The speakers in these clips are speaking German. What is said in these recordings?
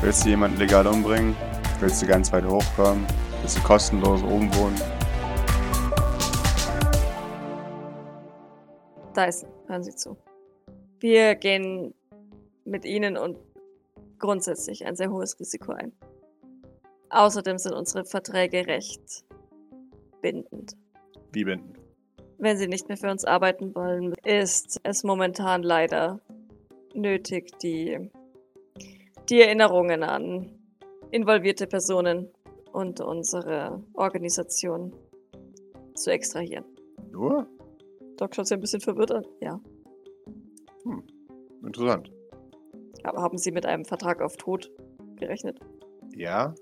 Willst du jemanden legal umbringen? Willst du ganz weit hochkommen? Willst du kostenlos oben wohnen? Dyson, hören Sie zu. Wir gehen mit Ihnen und grundsätzlich ein sehr hohes Risiko ein. Außerdem sind unsere Verträge recht bindend. Wie binden? Wenn Sie nicht mehr für uns arbeiten wollen, ist es momentan leider nötig, die, die Erinnerungen an involvierte Personen und unsere Organisation zu extrahieren. Nur? Doc schaut sich ein bisschen verwirrt an. Ja. Interessant. Aber haben Sie mit einem Vertrag auf Tod gerechnet? Ja,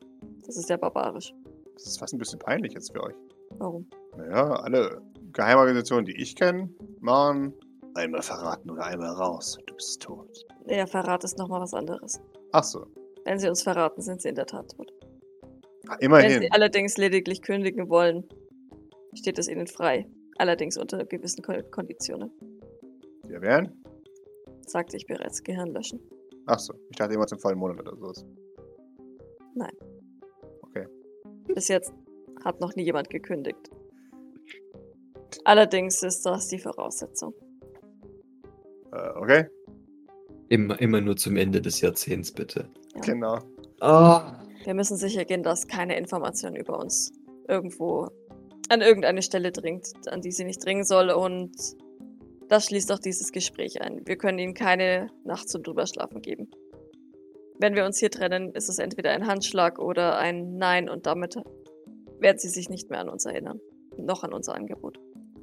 Das ist ja barbarisch. das ist fast ein bisschen peinlich jetzt für euch. Warum? Naja, alle Geheimorganisationen, die ich kenne, machen einmal verraten oder einmal raus. Du bist tot. Ja, Verrat ist nochmal was anderes. Ach so. Wenn Sie uns verraten, sind Sie in der Tat tot. Ah, Wenn Immerhin. Sie allerdings lediglich kündigen wollen, steht es Ihnen frei. Allerdings unter gewissen Ko- Konditionen. Wir wären? Sagte ich bereits, Gehirn löschen. Ach so. Ich dachte immer zum vollen Monat oder sowas. Bis jetzt hat noch nie jemand gekündigt. Allerdings ist das die Voraussetzung. Äh, okay? Immer, immer nur zum Ende des Jahrzehnts, bitte. Ja. Genau. Ah, Wir müssen sicher gehen, dass keine Information über uns irgendwo an irgendeine Stelle dringt, an die sie nicht dringen soll. Und das schließt auch dieses Gespräch ein. Wir können ihnen keine Nacht zum Drüberschlafen geben. Wenn wir uns hier trennen, ist es entweder ein Handschlag oder ein Nein und damit werden sie sich nicht mehr an uns erinnern. Noch an unser Angebot.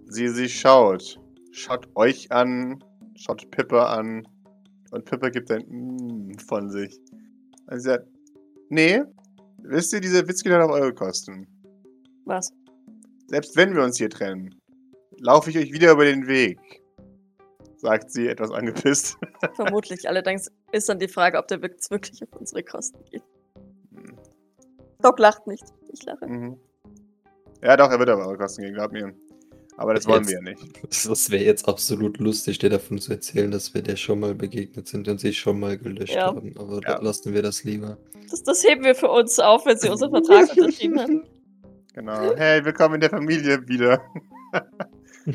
Sie, sie schaut. Schaut euch an. Schaut Pippa an. Und Pippa gibt ein mm von sich. Und sie sagt, nee, wisst ihr, dieser Witz geht halt auf eure Kosten. Was? Selbst wenn wir uns hier trennen, laufe ich euch wieder über den Weg. Sagt sie etwas angepisst. Vermutlich. Allerdings ist dann die Frage, ob der Witz wirklich auf unsere Kosten geht. Hm. Doc lacht nicht. Ich lache. Mhm. Ja, doch, er wird auf eure Kosten gehen, glaubt mir. Aber das wollen wir ja nicht. das, das wäre jetzt absolut lustig, dir davon zu erzählen, dass wir der schon mal begegnet sind und sie schon mal gelöscht Ja. haben. Aber Ja. da lassen wir das lieber. Das, das heben wir für uns auf, wenn sie unseren Vertrag unterschrieben hat. Genau. Hey, willkommen in der Familie wieder.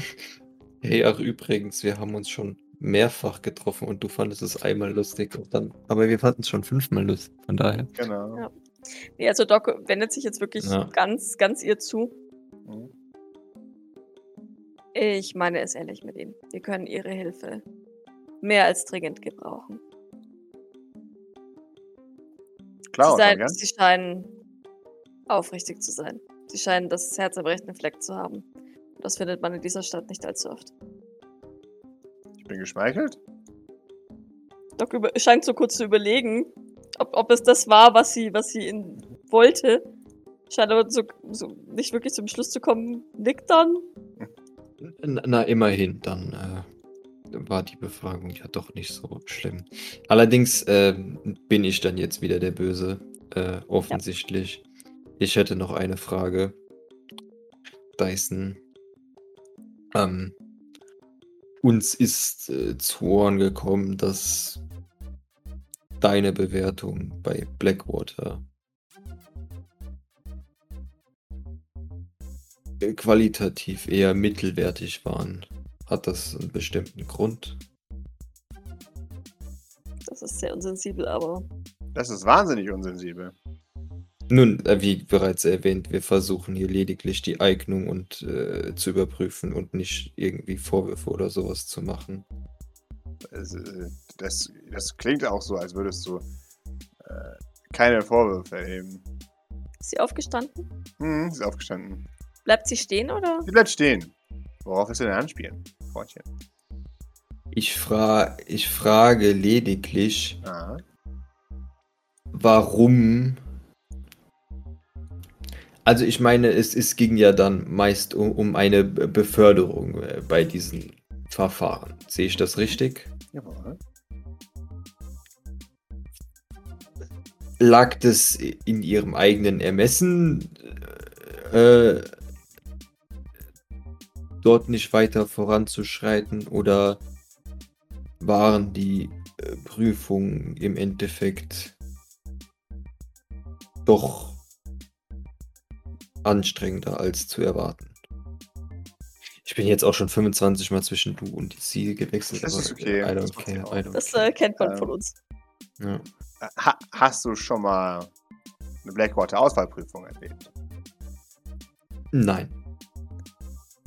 Hey, ach übrigens, wir haben uns schon mehrfach getroffen und du fandest es einmal lustig. Und dann, aber wir fanden es schon fünfmal lustig, von daher. Genau. Ja. Nee, also Doc wendet sich jetzt wirklich Ja. ganz, ganz ihr zu. Mhm. Ich meine es ehrlich mit ihnen. Wir können ihre Hilfe mehr als dringend gebrauchen. Klar, sie, sein, Dorian. sie scheinen aufrichtig zu sein. Sie scheinen das Herz am rechten Fleck zu haben. Das findet man in dieser Stadt nicht allzu oft. Ich bin geschmeichelt. Doc über scheint so kurz zu überlegen, ob, ob es das war, was sie, was sie in wollte. Scheint aber so, so nicht wirklich zum Schluss zu kommen. Nickt dann. Na, na immerhin, dann äh, war die Befragung ja doch nicht so schlimm. Allerdings ähm, bin ich dann jetzt wieder der Böse, äh, offensichtlich. Ich hätte noch eine Frage. Dyson. Ähm, uns ist äh, zu Ohren gekommen, dass deine Bewertung bei Blackwater äh, qualitativ eher mittelwertig waren. Hat das einen bestimmten Grund? Das ist sehr unsensibel, aber Das ist wahnsinnig unsensibel. Nun, äh, wie bereits erwähnt, wir versuchen hier lediglich die Eignung und äh, zu überprüfen und nicht irgendwie Vorwürfe oder sowas zu machen. Es, äh, Das, das klingt auch so, als würdest du äh, keine Vorwürfe erheben. Ist sie aufgestanden? Hm, sie ist aufgestanden. Bleibt sie stehen oder? Sie bleibt stehen. Worauf willst du denn anspielen, Freundchen? Ich, fra ich frage lediglich, Ah. warum. Also ich meine, es, es ging ja dann meist um, um eine Be- Beförderung äh, bei diesen Verfahren. Sehe ich das richtig? Jawohl. lag das in ihrem eigenen Ermessen, äh, dort nicht weiter voranzuschreiten oder waren die äh, Prüfungen im Endeffekt doch anstrengender als zu erwarten. Ich bin jetzt auch schon 25 Mal zwischen du und sie gewechselt. Das aber ist okay, I das don't macht care. ja auch. I don't Das care. äh, kennt man Ähm, von uns. Ja. Äh, Ha hast du schon mal eine Blackwater-Auswahlprüfung erlebt? Nein.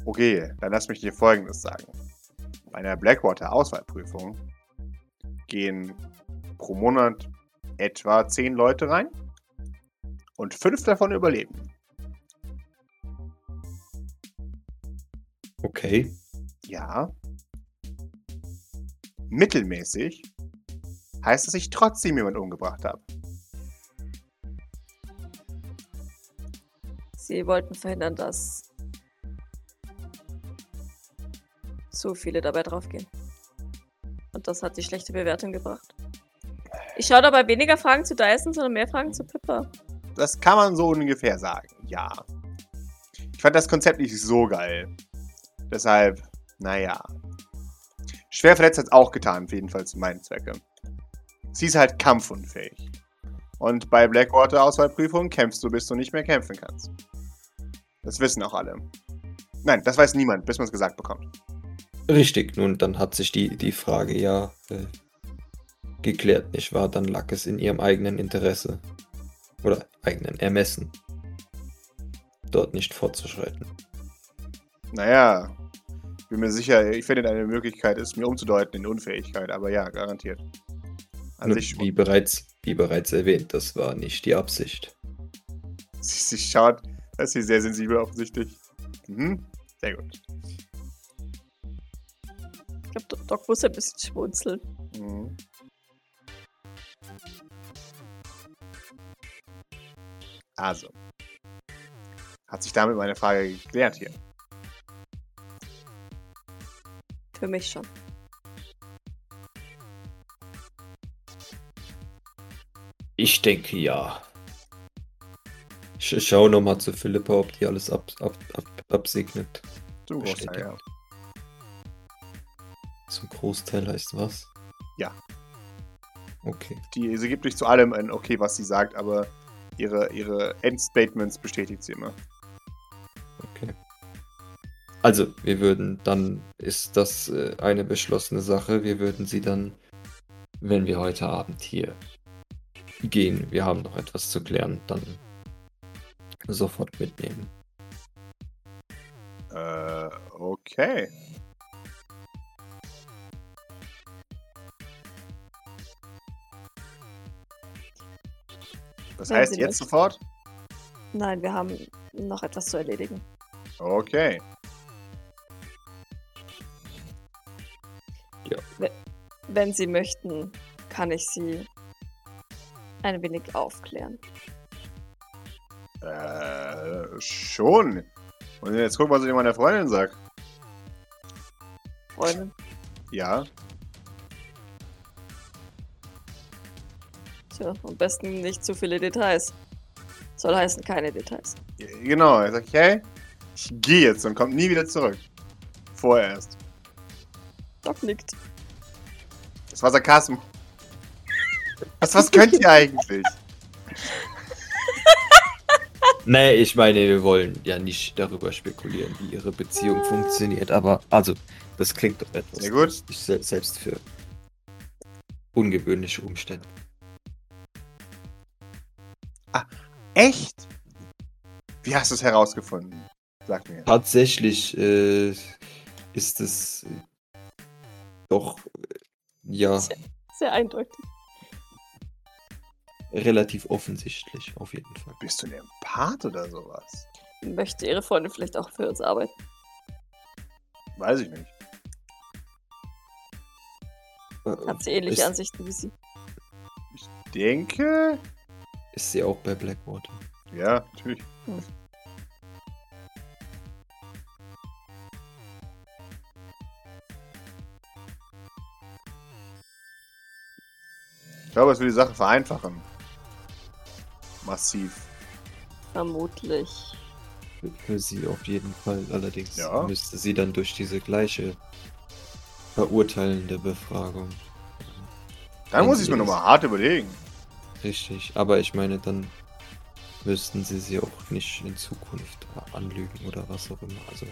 Okay, dann lass mich dir Folgendes sagen. Bei einer Blackwater-Auswahlprüfung gehen pro Monat etwa zehn Leute rein und fünf davon überleben. Okay. Ja. Mittelmäßig heißt, dass ich trotzdem jemanden umgebracht habe. Sie wollten verhindern, dass zu viele dabei draufgehen. Und das hat die schlechte Bewertung gebracht. Ich schaue dabei weniger Fragen zu Dyson, sondern mehr Fragen zu Pippa. Das kann man so ungefähr sagen, ja. Ich fand das Konzept nicht so geil. Deshalb, naja. Schwer verletzt hat es auch getan, für jedenfalls für meine Zwecke. Sie ist halt kampfunfähig. Und bei Blackwater-Auswahlprüfungen kämpfst du, bis du nicht mehr kämpfen kannst. Das wissen auch alle. Nein, das weiß niemand, bis man es gesagt bekommt. Richtig, nun, dann hat sich die, die Frage ja äh, geklärt, nicht wahr? Dann lag es in ihrem eigenen Interesse oder eigenen Ermessen, dort nicht fortzuschreiten. Naja, bin mir sicher, ich finde eine Möglichkeit, es mir umzudeuten in Unfähigkeit, aber ja, garantiert. An Nun, sich schon. wie, bereits, wie bereits erwähnt, das war nicht die Absicht. Sie, sie schaut, da ist sie sehr sensibel offensichtlich. Mhm. Sehr gut. Ich glaube, Doc- Doc muss ein bisschen schmunzeln. Mhm. Also. Hat sich damit meine Frage geklärt hier. Für mich schon. Ich denke ja. Ich schaue nochmal zu Philippa, ob die alles ab, ab, ab, absegnet. Zum Großteil, Bestätigt. ja. Zum Großteil heißt was? Ja. Okay. Die, sie gibt nicht zu allem ein Okay, was sie sagt, aber ihre, ihre Endstatements bestätigt sie immer. Okay. Also, wir würden, dann ist das äh, eine beschlossene Sache. Wir würden sie dann, wenn wir heute Abend hier gehen, wir haben noch etwas zu klären, dann sofort mitnehmen. Äh, okay. Das Wenn heißt, Sie jetzt möchten. sofort? Nein, wir haben noch etwas zu erledigen. Okay. Wenn Sie möchten, kann ich Sie ein wenig aufklären. Äh, schon. Und jetzt guck, was ich meiner Freundin sag. Freunde, Ja, tja, am besten nicht zu viele Details. Soll heißen, keine Details. genau. Ich sag, hey, ich gehe jetzt und komm nie wieder zurück. Vorerst. Doc nickt. Das war Sarkasmus. Was, was könnt ihr eigentlich? Nee, ich meine, wir wollen ja nicht darüber spekulieren, wie ihre Beziehung funktioniert, aber also, das klingt doch etwas. Sehr gut. das Ich se- selbst für ungewöhnliche Umstände. Echt? Wie hast du es herausgefunden? Sag mir. Tatsächlich äh, ist es äh, doch äh, ja Sehr eindeutig. relativ offensichtlich, auf jeden Fall. Bist du ein Empath oder sowas? Möchte ihre Freundin vielleicht auch für uns arbeiten? Weiß ich nicht. Äh, Hat sie ähnliche ist, Ansichten wie sie? Denke? ist sie auch bei Blackwater? Ja, natürlich. Ich glaube, es will die Sache vereinfachen. Massiv. Vermutlich. Für sie auf jeden Fall. Allerdings Ja. müsste sie dann durch diese gleiche verurteilende Befragung. Dann muss ich Einziges. mir nochmal hart überlegen. Richtig, aber ich meine, dann müssten sie sie auch nicht in Zukunft anlügen oder was auch immer. Also.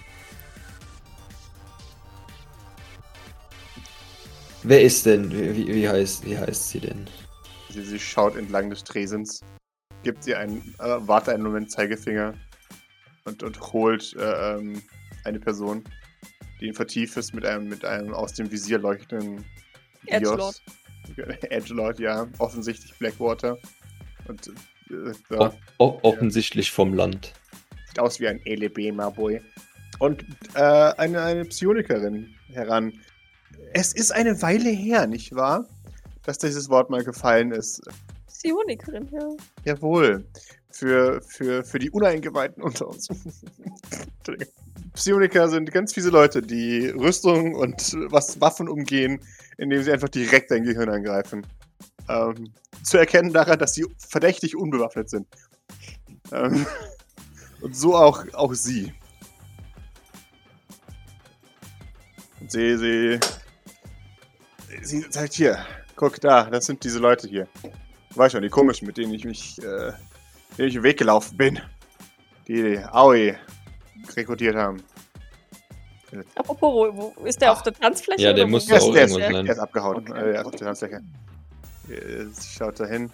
Wer ist denn? Wie, wie- wie, heißt, wie heißt sie denn? Sie, sie schaut entlang des Tresens, gibt ihr einen, äh, wartet einen Moment Zeigefinger und, und holt äh, ähm, eine Person, die ihn vertieft ist mit einem, mit einem aus dem Visier leuchtenden Bios. Edgelord, ja, offensichtlich Blackwater. Und äh, ja, O o- offensichtlich vom Land. sieht aus wie ein Elebema Boy. Und äh, eine, eine Psionikerin heran. Es ist eine Weile her, nicht wahr? Dass dieses Wort mal gefallen ist. Psionikerin, ja. Jawohl. Für, für, für die Uneingeweihten unter uns. Entschuldigung. Psioniker sind ganz fiese Leute, die Rüstung und äh, was Waffen umgehen, indem sie einfach direkt dein Gehirn angreifen. Ähm, zu erkennen daran, dass sie verdächtig unbewaffnet sind. Ähm, und so auch, auch sie. Und sie, sie. Sie sagt hier, guck da, das sind diese Leute hier. Weiß schon, die komischen, mit denen ich mich, äh, denen ich den Weg gelaufen bin. Die Aoi rekrutiert haben. Apropos, wo, wo, ist der auf der Tanzfläche? Ja, der oder wo- muss Der ja ist, auch der ist, irgendwas der lernen. ist abgehauen. Okay. Äh, der ist auf der Tanzfläche. Äh, Sie schaut dahin.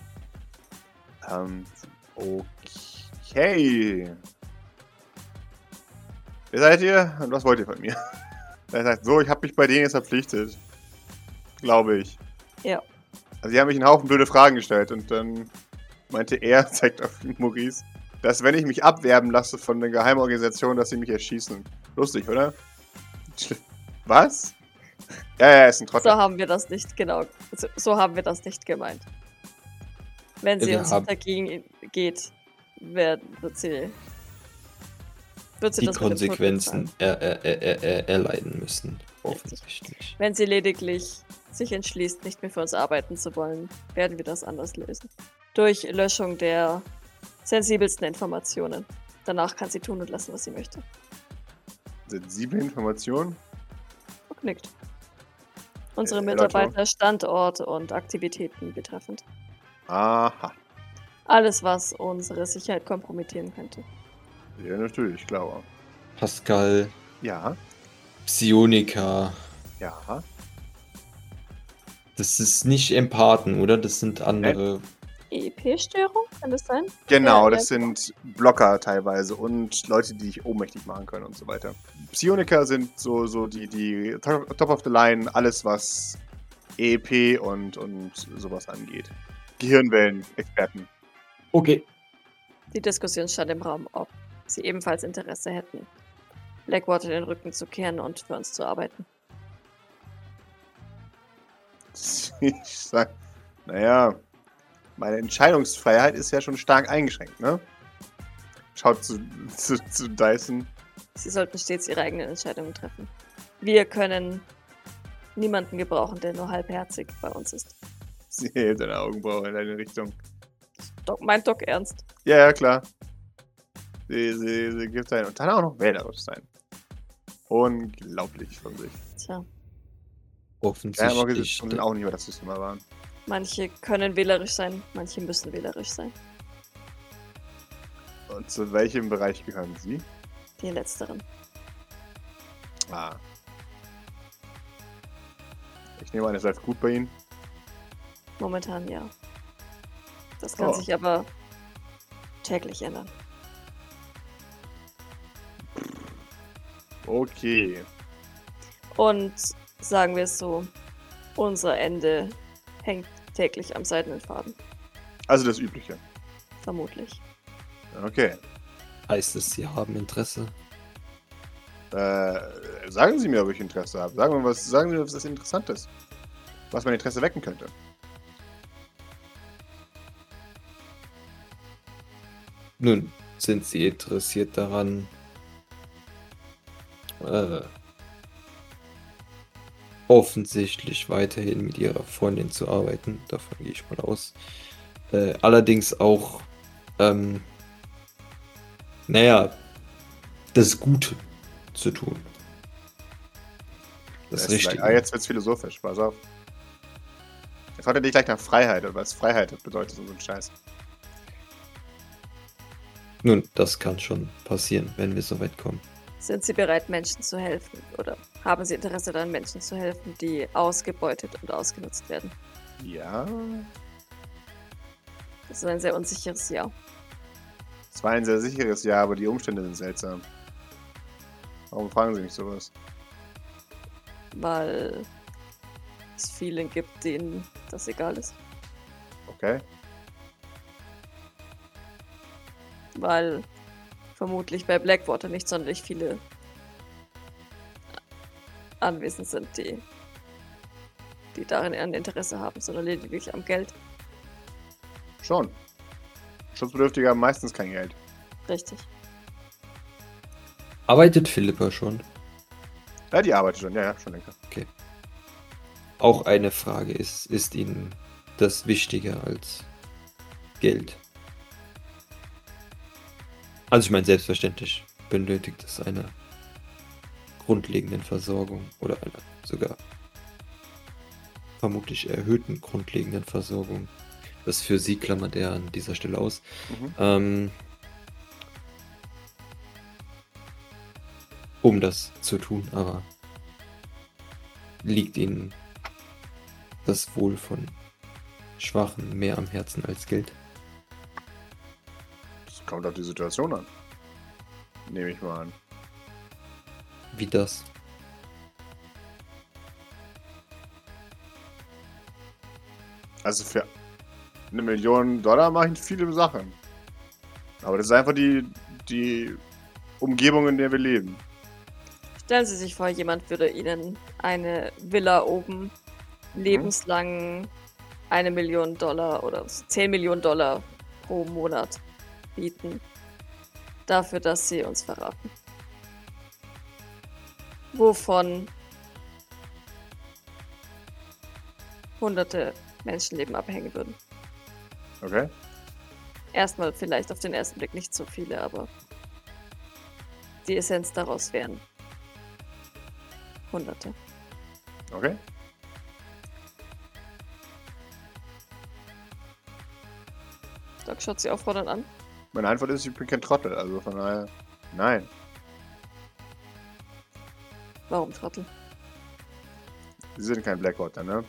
Ähm, okay. Wer seid ihr und was wollt ihr von mir? Er sagt, so, ich habe mich bei denen jetzt verpflichtet. Glaube ich. Ja. Also, sie haben mich einen Haufen blöde Fragen gestellt und dann meinte er, zeigt auf Maurice, dass wenn ich mich abwerben lasse von einer geheimen Organisation, dass sie mich erschießen. Lustig, oder? Was? Ja, ja, ist ein So Trottel. haben wir das nicht, genau. So, so haben wir das nicht gemeint. Wenn sie Wir uns haben- dagegen geht, wer, wird sie. Wird sie Die das mit dem Tod Konsequenzen bezahlen. er, er, er, er, er, erleiden müssen. Offensichtlich. Wenn sie lediglich sich entschließt, nicht mehr für uns arbeiten zu wollen, werden wir das anders lösen. Durch Löschung der sensibelsten Informationen. Danach kann sie tun und lassen, was sie möchte. Sensible Informationen? Verknickt. Unsere Äh, Mitarbeiter, Standort und Aktivitäten betreffend. Aha. Alles, was unsere Sicherheit kompromittieren könnte. Ja, natürlich, klar. Pascal, Ja, Psionica. ja. Das ist nicht Empathen, oder? Das sind andere. EEP-Störung, E kann das sein? Genau, Ja, das sind Blocker teilweise und Leute, die dich ohnmächtig machen können und so weiter. Psioniker sind so, so die, die Top top of the Line, alles was EEP und, und sowas angeht. Gehirnwellen, Experten. Okay. Die Diskussion stand im Raum, ob sie ebenfalls Interesse hätten, Blackwater den Rücken zu kehren und für uns zu arbeiten. Ich sag, naja, meine Entscheidungsfreiheit ist ja schon stark eingeschränkt, ne? Schaut zu, zu, zu Dyson. Sie sollten stets ihre eigenen Entscheidungen treffen. Wir können niemanden gebrauchen, der nur halbherzig bei uns ist. Sie hebt deine Augenbraue in deine Richtung. Doc, meint Doc ernst. Ja, ja, klar. Sie, sie, sie gibt sein und dann auch noch wählerisch sein. Unglaublich von sich. Ja, Tja, aber sie Offensichtlich. sind auch nicht mehr, dass sie es immer waren. manche können wählerisch sein, manche müssen wählerisch sein. Und zu welchem Bereich gehören sie? Die letzteren. Ah. Ich nehme an, es läuft gut bei ihnen. Momentan ja. Das kann Oh. sich aber täglich ändern. Okay. Und sagen wir es so, unser Ende hängt täglich am seidenen Faden, Also das Übliche. vermutlich. Okay. heißt es, sie haben Interesse. Äh, sagen Sie mir, ob ich Interesse habe. Sagen, wir, was, sagen Sie mir, was das interessant ist. Was mein Interesse wecken könnte. Nun, sind sie interessiert daran, äh, offensichtlich weiterhin mit ihrer Freundin zu arbeiten. Davon gehe ich mal aus. Äh, allerdings auch, ähm, naja, das Gute zu tun. Das, ist das Richtige. gleich- Ah, jetzt wird's philosophisch, pass auf. Jetzt fragt er dich gleich nach Freiheit und was Freiheit bedeutet und so ein Scheiß. Nun, das kann schon passieren, wenn wir so weit kommen. Sind Sie bereit, Menschen zu helfen? Oder haben Sie Interesse daran, Menschen zu helfen, die ausgebeutet und ausgenutzt werden? Ja. Das ist ein sehr unsicheres Ja. Es war ein sehr sicheres Jahr, aber die Umstände sind seltsam. Warum fragen Sie mich sowas? weil es vielen gibt, denen das egal ist. Okay. Weil vermutlich bei Blackwater nicht sonderlich viele anwesend sind, die, die darin ein Interesse haben, sondern lediglich am Geld. Schon. Schutzbedürftige haben meistens kein Geld. Richtig. Arbeitet Philippa schon? Ja, die arbeitet schon. Ja, ja, schon länger. Auch eine Frage ist, ist Ihnen das wichtiger als Geld? Also ich meine, selbstverständlich benötigt es einer grundlegenden Versorgung oder einer sogar vermutlich erhöhten grundlegenden Versorgung. Das für Sie klammert er an dieser Stelle aus. Mhm. Ähm, um das zu tun, aber liegt ihnen das Wohl von Schwachen mehr am Herzen als Geld. Das kommt auf die Situation an. Nehme ich mal an. Wie das? Also für eine Million Dollar mache ich viele Sachen. Aber das ist einfach die, die Umgebung, in der wir leben. Stellen Sie sich vor, jemand würde Ihnen eine Villa oben lebenslang eine Million Dollar oder 10 Millionen Dollar pro Monat bieten. Dafür, dass Sie uns verraten. Wovon hunderte Menschenleben abhängen würden. Okay? Erstmal vielleicht auf den ersten Blick nicht so viele, aber die Essenz daraus wären hunderte. Okay? Doc schaut sie auffordernd an. Meine Antwort ist, ich bin kein Trottel. Also von daher, nein. Warum Trottel? Sie sind kein Blackwater, ne?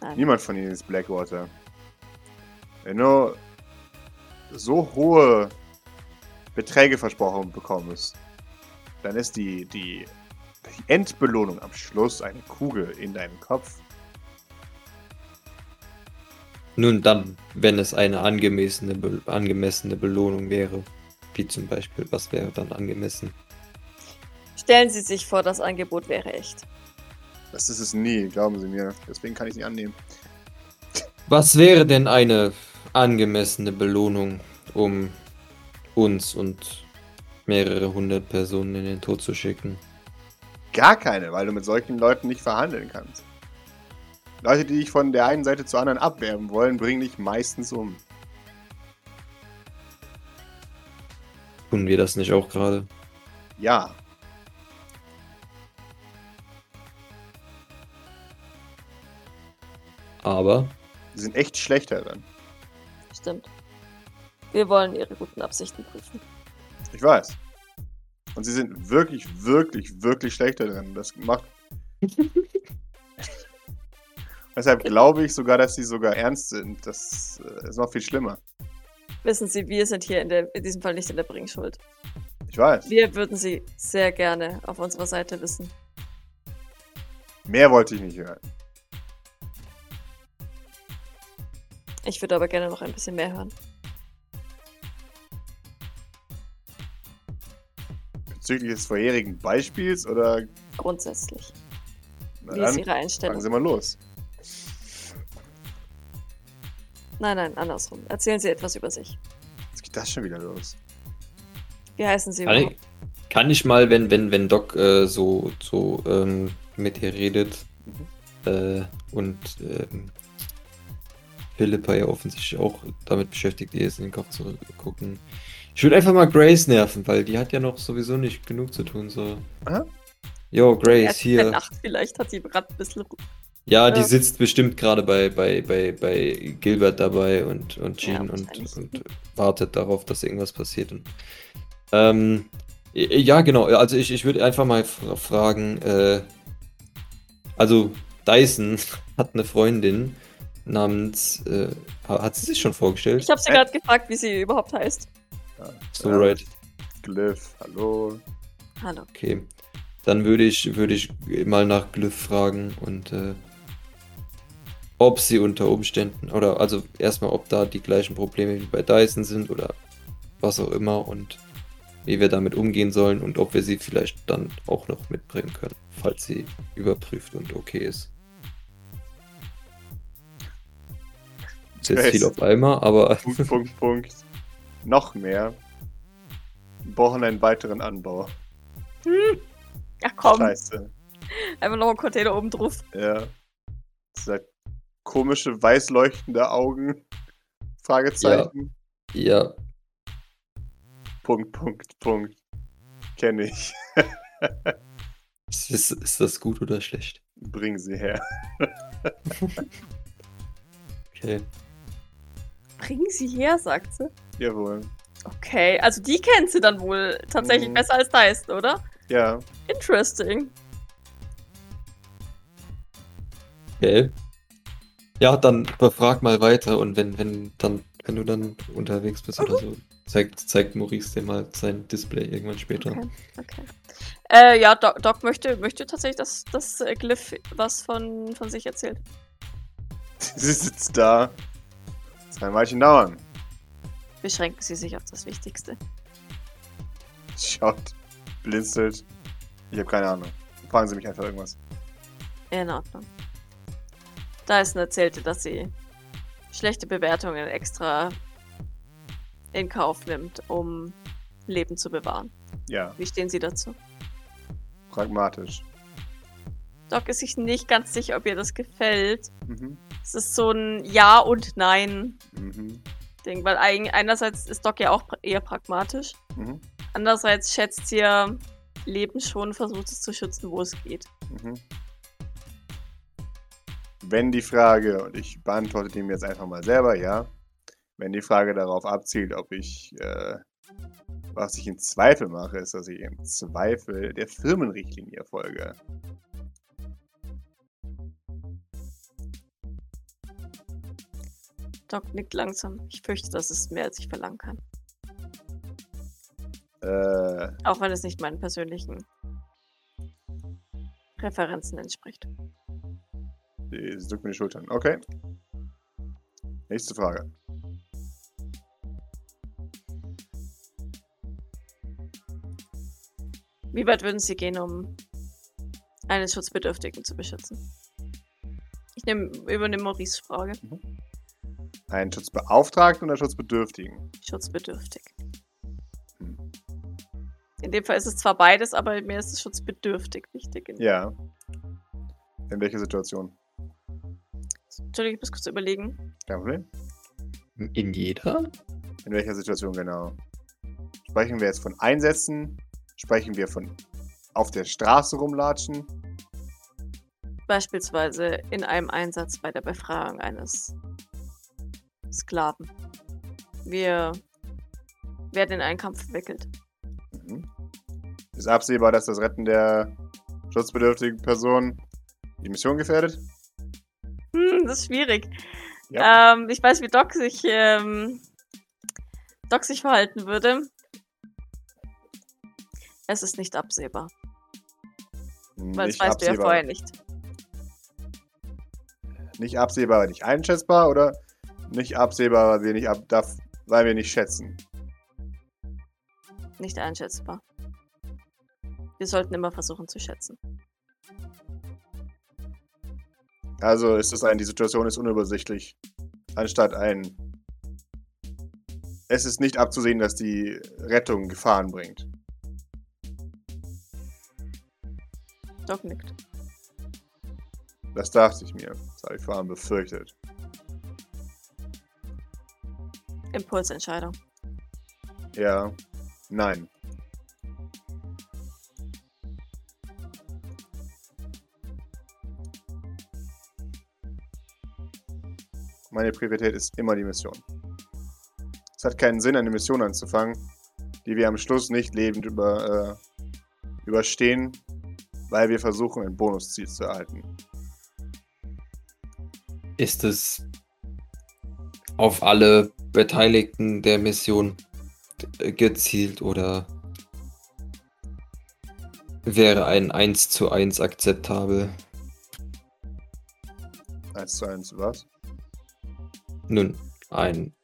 Nein. Niemand von ihnen ist Blackwater. Wenn du so hohe Beträge versprochen bekommst, dann ist die, die, die Endbelohnung am Schluss eine Kugel in deinem Kopf. Nun dann, wenn es eine angemessene, Be angemessene Belohnung wäre, wie zum Beispiel, was wäre dann angemessen? Stellen Sie sich vor, das Angebot wäre echt. Das ist es nie, glauben Sie mir. Deswegen kann ich es nicht annehmen. Was wäre denn eine angemessene Belohnung, um uns und mehrere hundert Personen in den Tod zu schicken? Gar keine, weil du mit solchen Leuten nicht verhandeln kannst. Leute, die dich von der einen Seite zur anderen abwerben wollen, bringen dich meistens um. Tun wir das nicht auch gerade? Ja, Aber die sind echt schlecht daran. Stimmt. Wir wollen Ihre guten Absichten prüfen. Ich weiß. Und sie sind wirklich, wirklich, wirklich schlecht darin. Das macht. Deshalb glaube ich sogar, dass sie sogar ernst sind. Das äh, ist noch viel schlimmer. Wissen Sie, wir sind hier in, der, in diesem Fall nicht in der Bringschuld. Ich weiß. Wir würden Sie sehr gerne auf unserer Seite wissen. Mehr wollte ich nicht hören. Ich würde aber gerne noch ein bisschen mehr hören. Bezüglich des vorherigen Beispiels oder. Grundsätzlich. Na Wie ist dann, Ihre fangen Einstellung? Sie mal los. Nein, nein, andersrum. Erzählen Sie etwas über sich. Jetzt geht das schon wieder los. Wie heißen Sie Kann ich, überhaupt? kann ich mal, wenn, wenn, wenn Doc äh, so, so ähm, mit ihr redet äh, und ähm, Philippa ja offensichtlich auch damit beschäftigt ist, in den Kopf zu gucken. Ich würde einfach mal Grace nerven, weil die hat ja noch sowieso nicht genug zu tun. So. Aha. Yo, Er Grace, hat keine hier. Nacht vielleicht hat sie gerade ein bisschen Ja, die Ja. sitzt bestimmt gerade bei, bei, bei, bei Gilbert dabei und, und Ja, Jean und, wahrscheinlich. und wartet darauf, dass irgendwas passiert. Und, ähm, i- ja, genau. Also ich, ich würde einfach mal fra- fragen, äh, also Dyson hat eine Freundin namens, äh, ha- hat sie sich schon vorgestellt? Ich habe sie gerade gefragt, wie sie überhaupt heißt. So, right. Glyph, hallo. Hallo. Okay. Dann würde ich, würde ich mal nach Glyph fragen und äh, ob sie unter Umständen oder also erstmal, ob da die gleichen Probleme wie bei Dyson sind oder was auch immer und wie wir damit umgehen sollen und ob wir sie vielleicht dann auch noch mitbringen können, falls sie überprüft und okay ist. Ist jetzt Nice. viel auf einmal, aber Punkt, Punkt, Punkt. Noch mehr. Wir brauchen einen weiteren Anbau. Ach komm, Scheiße. einfach noch einen Container oben drauf. Ja. Dieser komische, weiß leuchtende Augen. Fragezeichen. ja, Punkt, Punkt, Punkt. Kenne ich. ist, ist, ist das gut oder schlecht? Bring sie her. Okay. Bring sie her, sagt sie. Jawohl. Okay, also die kennt sie dann wohl tatsächlich Mhm. besser als Dyson, oder? Ja. Interesting. Okay. Ja, dann befrag mal weiter und wenn, wenn, dann, wenn du dann unterwegs bist oder so, zeigt, zeigt Maurice dir mal sein Display irgendwann später. Okay. Okay. Äh, ja, Doc, Doc möchte, möchte tatsächlich, dass, dass äh, Glyph was von, von sich erzählt. Sie sitzt da. Zwei Weilchen dauern. Beschränken Sie sich auf das Wichtigste. Schaut. Blinzelt. Ich habe keine Ahnung. Fragen Sie mich einfach irgendwas. In Ordnung. Dyson erzählte, dass sie schlechte Bewertungen extra in Kauf nimmt, um Leben zu bewahren. Ja, Wie stehen Sie dazu? pragmatisch. Doc ist sich nicht ganz sicher, ob ihr das gefällt. Mhm. Es ist so ein Ja und Nein-Ding, Mhm. weil eigen- einerseits ist Doc ja auch pra- eher pragmatisch, Mhm. andererseits schätzt sie ja Leben schon, und versucht es zu schützen, wo es geht. Mhm. Wenn die Frage, und ich beantworte dem jetzt einfach mal selber, ja, wenn die Frage darauf abzielt, ob ich, äh, was ich in Zweifel mache, ist, dass ich im Zweifel der Firmenrichtlinie folge. Doc nickt langsam. Ich fürchte, das ist mehr, als ich verlangen kann. Äh, Auch wenn es nicht meinen persönlichen Präferenzen entspricht. sie zuckt mir die Schultern. Okay. Nächste Frage. Wie weit würden Sie gehen, um einen Schutzbedürftigen zu beschützen? Ich nehm, übernehme Maurice Frage. Ein Schutzbeauftragten und ein Schutzbedürftigen. Schutzbedürftig. Hm. In dem Fall ist es zwar beides, aber mir ist es schutzbedürftig wichtig. In- Ja. In welcher Situation? Entschuldigung, ich muss kurz überlegen. Kein Problem. In jeder? In welcher Situation genau? Sprechen wir jetzt von Einsätzen? Sprechen wir von auf der Straße rumlatschen? Beispielsweise in einem Einsatz bei der Befreiung eines Sklaven. Wir werden in einen Kampf verwickelt. Mhm. Ist absehbar, dass das Retten der schutzbedürftigen Person die Mission gefährdet? Hm, das ist schwierig. Ja. Ähm, ich weiß, wie Doc sich, ähm, Doc sich verhalten würde. Es ist nicht absehbar, weil Äh, das Nicht weißt du ja absehbar. vorher nicht. Nicht absehbar, weil nicht einschätzbar oder nicht absehbar, weil wir nicht, ab darf, weil wir nicht schätzen? Nicht einschätzbar. Wir sollten immer versuchen zu schätzen. Also ist es ein, die Situation ist unübersichtlich. Anstatt ein. Es ist nicht abzusehen, dass die Rettung Gefahren bringt. Doc nickt. Das dachte ich mir. Das habe ich vor allem befürchtet. Impulsentscheidung. Ja. Nein. Meine Priorität ist immer die Mission. Es hat keinen Sinn, eine Mission anzufangen, die wir am Schluss nicht lebend über, äh, überstehen, weil wir versuchen, ein Bonusziel zu erhalten. Ist es auf alle Beteiligten der Mission äh, gezielt oder wäre ein 1 zu 1 akzeptabel? Eins zu eins, was? Nun, ein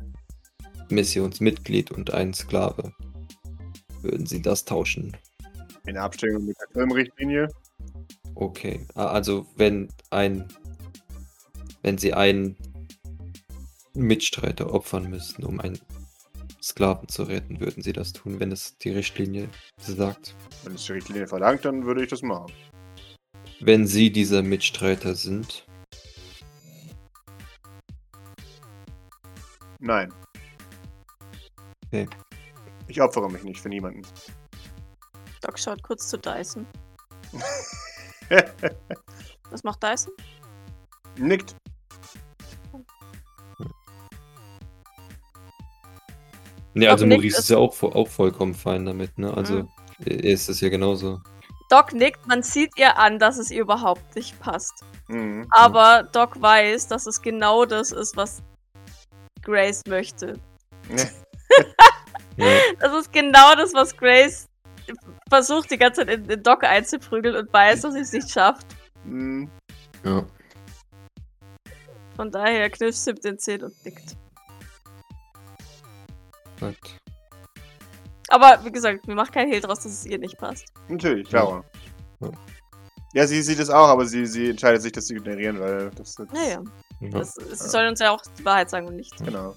Missionsmitglied und ein Sklave. Würden Sie das tauschen? In Abstimmung mit der Filmrichtlinie. Okay. a- Also wenn ein wenn Sie einen Mitstreiter opfern müssten, um einen Sklaven zu retten, würden Sie das tun, wenn es die Richtlinie sagt. Wenn es die Richtlinie verlangt, dann würde ich das machen. Wenn Sie dieser Mitstreiter sind, Nein. Okay. Ich opfere mich nicht für niemanden. Doc schaut kurz zu Dyson. Was macht Dyson? Nickt. Ne, also Aber nicht, Maurice dass- ist ja auch, vo- auch vollkommen fein damit, ne? Also Mhm. äh, ist es ja genauso. Doc nickt, man sieht ihr an, dass es ihr überhaupt nicht passt. Mhm. Aber Doc weiß, dass es genau das ist, was Grace möchte. Ja. Das ist genau das, was Grace versucht, die ganze Zeit in, in Doc einzuprügeln und weiß, dass sie es nicht schafft. Mhm. ja. Von daher knirscht sie mit den Zähnen und nickt. Sagt. Aber wie gesagt, mir macht kein Hehl draus, dass es ihr nicht passt. Natürlich, klar. Ja. Ja. sie sieht es auch, aber sie, sie entscheidet sich, das zu ignorieren, weil das ist. Naja, Ja. das, sie sollen uns ja auch die Wahrheit sagen und nicht. Genau.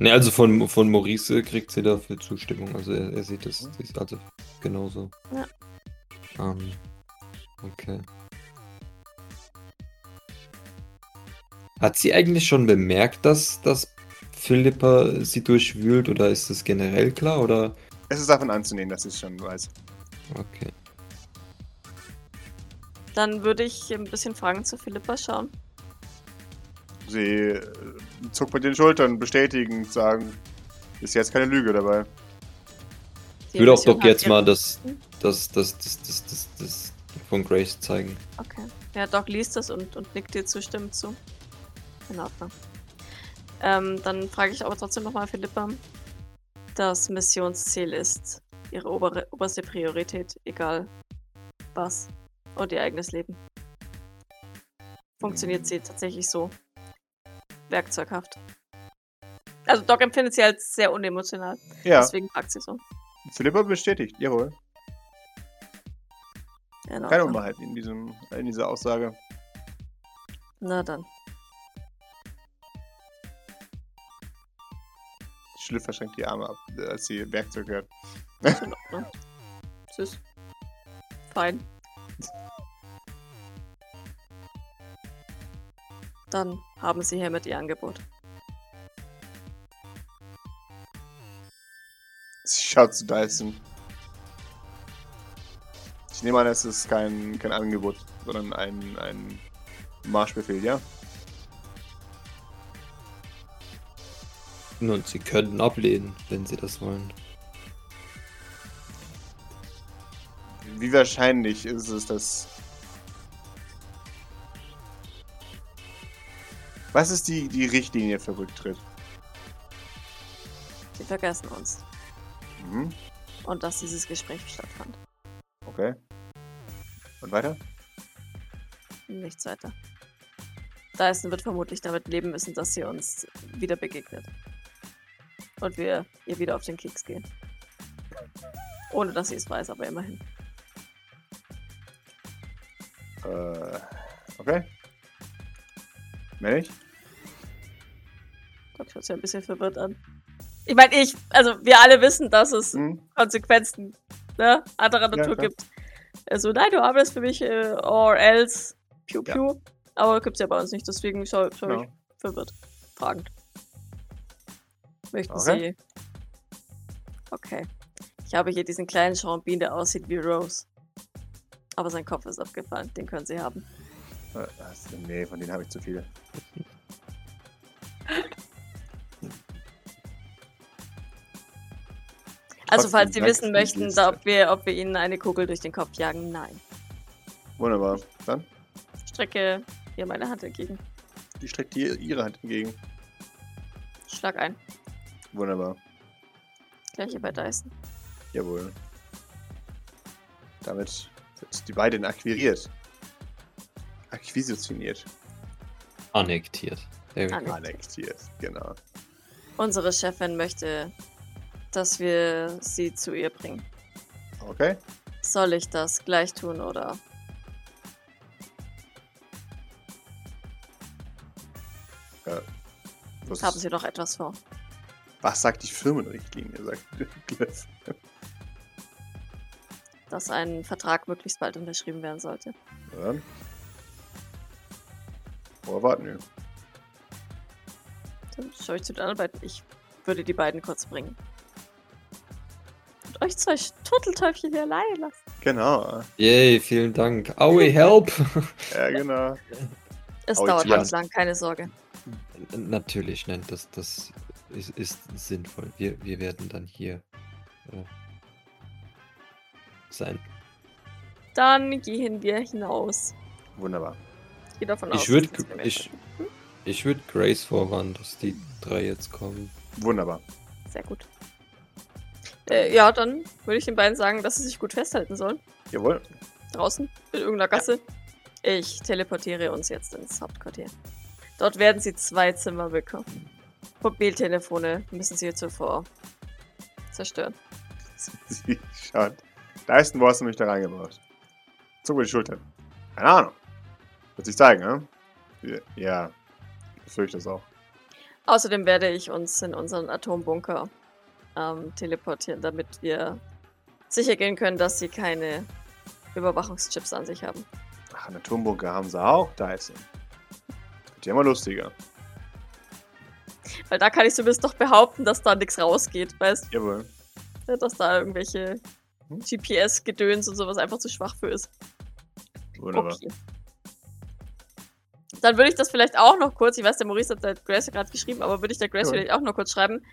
Ne, also von, von Maurice kriegt sie dafür Zustimmung. Also er, er sieht das das ist also genauso. Ja. Ähm, okay. Hat sie eigentlich schon bemerkt, dass, dass Philippa sie durchwühlt oder ist das generell klar? Oder. Es ist davon anzunehmen, dass sie es schon weiß. Okay. Dann würde ich ein bisschen Fragen zu Philippa schauen. Sie äh, zuckt mit den Schultern, bestätigend sagen, ist jetzt keine Lüge dabei. Ich würde auch Mission doch hat jetzt ihr- mal das, das, das, das, das, das, das von Grace zeigen. Okay. Ja, Doc liest das und, und nickt dir zustimmend zu. In Ordnung. Ähm, dann frage ich aber trotzdem nochmal Philippa. Das Missionsziel ist ihre obere, oberste Priorität, egal was. Und ihr eigenes Leben. Mhm. Funktioniert sie tatsächlich so. Werkzeughaft. Also Doc empfindet sie als sehr unemotional. Ja, Deswegen fragt sie so. Philippa bestätigt, jawohl. In Keine Ordnung. Unwahrheit in, diesem, in dieser Aussage. Na dann. Schliff verschränkt die Arme ab, äh, als sie Werkzeug hört. Ist in Ordnung. Süß. Fein. Dann haben Sie hiermit Ihr Angebot. Sie schaut zu Dyson. Ich nehme an, es ist kein, kein Angebot, sondern ein, ein Marschbefehl, ja? Nun, sie könnten ablehnen, wenn sie das wollen. Wie wahrscheinlich ist es, dass. Was ist die, die Richtlinie für Rücktritt? Sie vergessen uns Mhm, und dass dieses Gespräch stattfand. okay. Und weiter? Nichts weiter. Dyson wird vermutlich damit leben müssen, dass sie uns wieder begegnet. Und wir ihr wieder auf den Keks gehen. Ohne dass sie es weiß, aber immerhin. Äh, okay. Mehr nicht? Doc schaut sich ein bisschen verwirrt an. Ich meine, ich, also wir alle wissen, dass es Mhm. Konsequenzen ne, anderer Natur klar. gibt. Also nein, du arbeitest für mich, äh, or else, piu Ja. piu. Aber gibt's ja bei uns nicht, deswegen schau, schau Genau. ich verwirrt, fragend. Möchten Okay. Sie... Okay. Ich habe hier diesen kleinen Schaumbin, der aussieht wie Rose. Aber sein Kopf ist abgefallen, den können Sie haben. Äh, was? nee, von denen habe ich zu viele. Also, Trotzdem falls Sie danke wissen für die möchten, Geste. ob wir, ob wir Ihnen eine Kugel durch den Kopf jagen, nein. Wunderbar. Dann, Strecke. Hier meine Hand entgegen. die streckt dir ihre Hand entgegen. Schlag ein. Wunderbar. Gleiche bei Dyson. Jawohl. Damit wird die beiden akquiriert. Akquisitioniert. Annektiert. There we go. Annektiert. Annektiert, genau. Unsere Chefin möchte, dass wir sie zu ihr bringen. Okay. Soll ich das gleich tun oder? Was, Haben Sie noch etwas vor? was sagt die Firmenrichtlinie, sagt Cliff. Dass ein Vertrag möglichst bald unterschrieben werden sollte. Na dann. Oder warten wir. Dann schaue ich zu den anderen beiden. Ich würde die beiden kurz bringen. Und euch zwei Turteltäubchen hier allein lassen. Genau. Yay, vielen Dank. Aui, help! Ja, genau. Es Oh, jetzt dauert ja. nicht lang, keine Sorge. Natürlich, nein, das, das ist, ist sinnvoll. Wir, wir werden dann hier äh, sein. Dann gehen wir hinaus. Wunderbar. Ich gehe davon Genau, aus. Ich würde dass wir mehr ich, können. ich würd Grace vorwarnen, dass die drei jetzt kommen. Wunderbar. Sehr gut. Äh, ja, dann würde ich den beiden sagen, dass sie sich gut festhalten sollen. Jawohl. Draußen, in irgendeiner Gasse. Ich teleportiere uns jetzt ins Hauptquartier. Dort werden sie zwei Zimmer bekommen. Mobiltelefone müssen sie zuvor zerstören. Sie schaut. Dyson, wo hast du mich da reingebracht? Zuck mir die Schultern. Keine Ahnung. Wird sich zeigen, ne? Ja, Ja. Ich befürchte es auch. Außerdem werde ich uns in unseren Atombunker ähm, teleportieren, damit wir sicher gehen können, dass sie keine Überwachungschips an sich haben. Ach, einen Atombunker haben sie auch, Dyson. Wird ja immer lustiger. Weil da kann ich zumindest doch behaupten, dass da nichts rausgeht, weißt Jawohl. Ja, dass da irgendwelche Hm? GPS-Gedöns und sowas einfach zu schwach für ist. Wunderbar. Okay. Dann würde ich das vielleicht auch noch kurz, ich weiß, der Maurice hat der Grace ja gerade geschrieben, aber würde ich der Grace Ja. vielleicht auch noch kurz schreiben,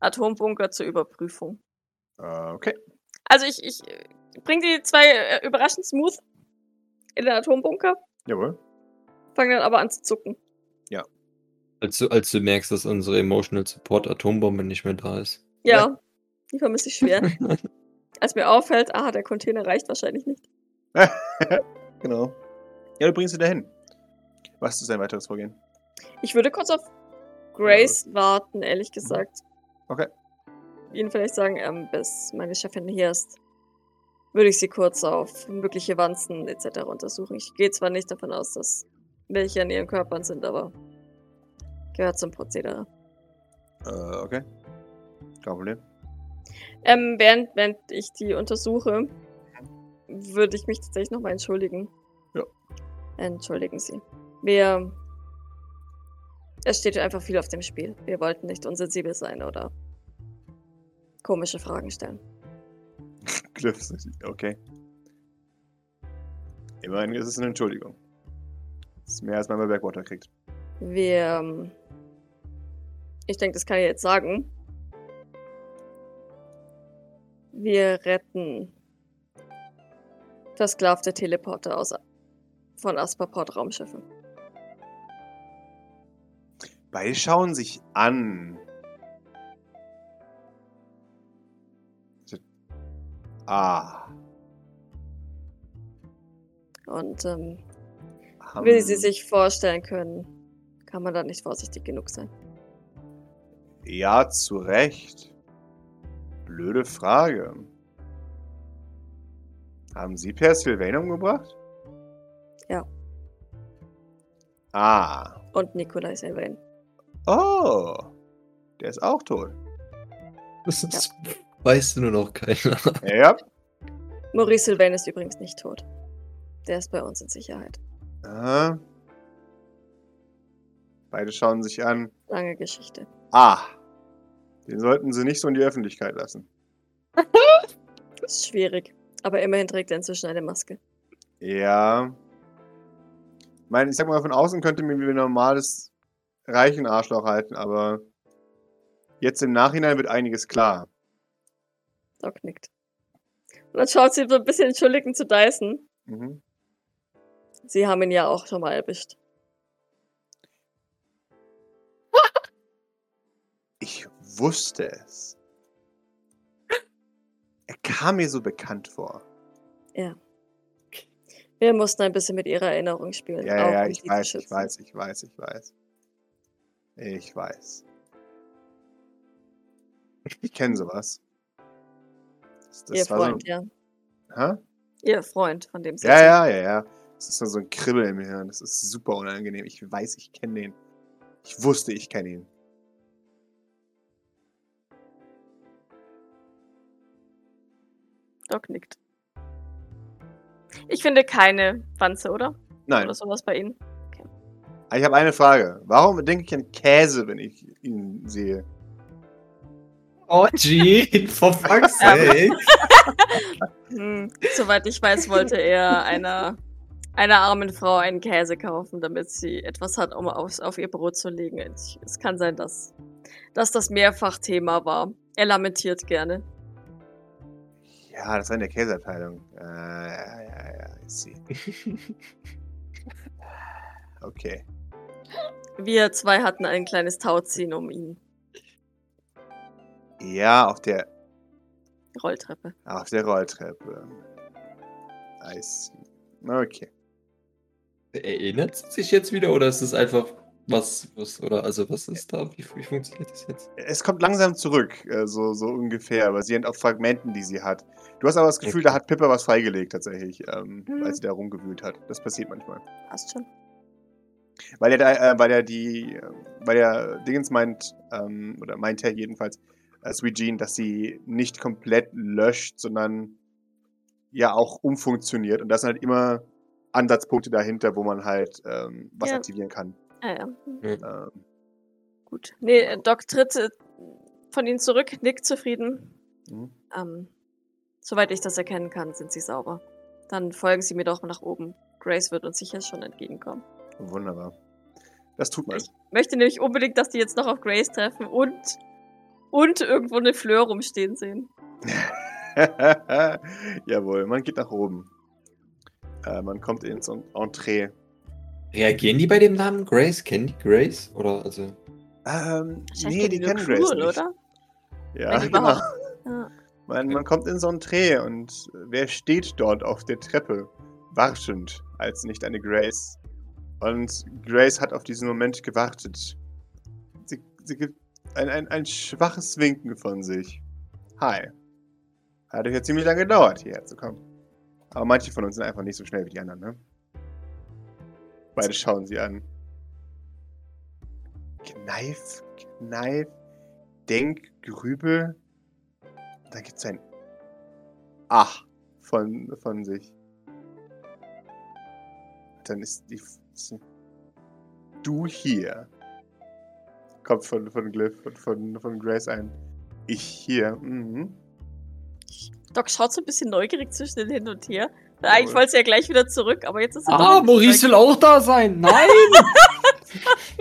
Atombunker zur Überprüfung. Äh, okay. Also ich, ich bringe die zwei äh, überraschend smooth in den Atombunker, Jawohl. fange dann aber an zu zucken. Als du, als du merkst, dass unsere Emotional Support Atombombe nicht mehr da ist. Ja, die vermisse ich schwer. Als mir auffällt, ah, der Container reicht wahrscheinlich nicht. Genau. Ja, du bringst sie dahin. Was ist dein weiteres Vorgehen? Ich würde kurz auf Grace warten, ehrlich gesagt. Okay. Ihnen vielleicht sagen, ähm, bis meine Chefin hier ist, würde ich sie kurz auf mögliche Wanzen etc. untersuchen. Ich gehe zwar nicht davon aus, dass welche an ihren Körpern sind, aber gehört zum Prozedere. Äh, okay. Kein Problem. Ähm, während, während ich die untersuche, würde ich mich tatsächlich nochmal entschuldigen. Ja. Entschuldigen Sie. Wir. Es steht einfach viel auf dem Spiel. Wir wollten nicht unsensibel sein oder komische Fragen stellen. Cliff, okay. Immerhin ist es eine Entschuldigung. Das ist mehr als man bei Backwater kriegt. Wir. ähm, Ich denke, das kann ich jetzt sagen. Wir retten versklavte Teleporter aus von Asperport Raumschiffen. Beide schauen sich an. Ah. Und ähm, Hm. Will sie sich vorstellen können, kann man da nicht vorsichtig genug sein. Ja, zu Recht. Blöde Frage. Haben Sie Per Sylvain umgebracht? Ja. Ah. Und Nikolai Sylvain. Oh. Der ist auch tot. Das ist, weißt du nur noch keiner. Ja. Maurice Sylvain ist übrigens nicht tot. Der ist bei uns in Sicherheit. Aha. Äh. Beide schauen sich an. Lange Geschichte. Ah. Den sollten Sie nicht so in die Öffentlichkeit lassen. Ist schwierig. Aber immerhin trägt er inzwischen eine Maske. Ja. Ich meine, ich sag mal, von außen könnte mir wie ein normales reichen Arschloch halten, aber jetzt im Nachhinein wird einiges klar. Doc nickt. Und dann schaut sie so ein bisschen entschuldigend zu Dyson. Mhm. Sie haben ihn ja auch schon mal erwischt. Ich wusste es. Er kam mir so bekannt vor. Wir mussten ein bisschen mit ihrer Erinnerung spielen. Ja, ja, auch ja, um ich sie zu weiß, ich schützen. weiß, ich weiß, ich weiß. Ich weiß. Ich kenne sowas. Das, das Ihr war so ein- Freund, ja. Hä? Ihr Freund, von dem sie. Ja, ja, ja, ja. Es ist nur so ein Kribbel im Hirn. Das ist super unangenehm. Ich weiß, ich kenne den. Ich wusste, ich kenne ihn. Doc nickt. Ich finde keine Wanze, oder? Nein, Oder sowas bei Ihnen. ich habe eine Frage. Warum denke ich an Käse, wenn ich ihn sehe? Orgy, Oh, for fuck's sake. Hm, soweit ich weiß, wollte er einer, Einer armen Frau einen Käse kaufen, damit sie etwas hat, um aufs, auf ihr Brot zu legen. Ich- Es kann sein, dass, dass das mehrfach Thema war. Er lamentiert gerne. Ja, das war in der Käseabteilung. Äh, ja, ja, ja, ich sehe. Okay. Wir zwei hatten ein kleines Tauziehen um ihn. Ja, auf der Rolltreppe. Auf der Rolltreppe. I see. Okay. Erinnert sie sich jetzt wieder oder ist es einfach was, was oder also was ist da? Wie, wie funktioniert das jetzt? Es kommt langsam zurück, äh, so, so ungefähr, basierend auf Fragmenten, die sie hat. Du hast aber das Gefühl, Okay. da hat Pippa was freigelegt, tatsächlich, ähm, Mhm. als sie da rumgewühlt hat. Das passiert manchmal. Passt schon. Weil er, da, äh, weil er die, äh, weil er Dingens meint, ähm, oder meint er jedenfalls, äh, Sweet Jean, dass sie nicht komplett löscht, sondern ja auch umfunktioniert. Und das sind halt immer Ansatzpunkte dahinter, wo man halt ähm, was Ja. aktivieren kann. Ah ja, Ähm, gut. Nee, äh, Doc tritt äh, von Ihnen zurück, nickt zufrieden. mhm. Ähm, soweit ich das erkennen kann, sind sie sauber. Dann folgen sie mir doch nach oben. Grace wird uns sicher schon entgegenkommen. Wunderbar. Das tut man. Ich möchte nämlich unbedingt, dass die jetzt noch auf Grace treffen und, und irgendwo eine Fleur rumstehen sehen. Jawohl, man geht nach oben. Äh, man kommt ins En- Entree. Reagieren die bei dem Namen Grace? Kennen die Grace? Oder also. Ähm, Wahrscheinlich nee, die gegen eine kennen Crew, Grace nicht. oder? Ja, Wenn genau. überhaupt. Ja. Man, man kommt ins Entree und äh, wer steht dort auf der Treppe? Wartend, als nicht eine Grace. Und Grace hat auf diesen Moment gewartet. Sie, sie gibt ein, ein, ein schwaches Winken von sich. Hi. Hat euch ja ziemlich lange gedauert, hierher zu kommen. Aber manche von uns sind einfach nicht so schnell wie die anderen, ne? Beide schauen sie an. Kneif, Kneif, Denk, Grübel. Da gibt's ein Ach von, von sich. Dann ist die. F- ist- Du hier. Kommt von, von Glyph und von, von Grace ein. Ich hier. Mhm. Doc schaut so ein bisschen neugierig zwischen den hin und her. Jawohl. Eigentlich wollte sie ja gleich wieder zurück, aber jetzt ist er doch Ah, nicht Maurice will auch da sein! Nein!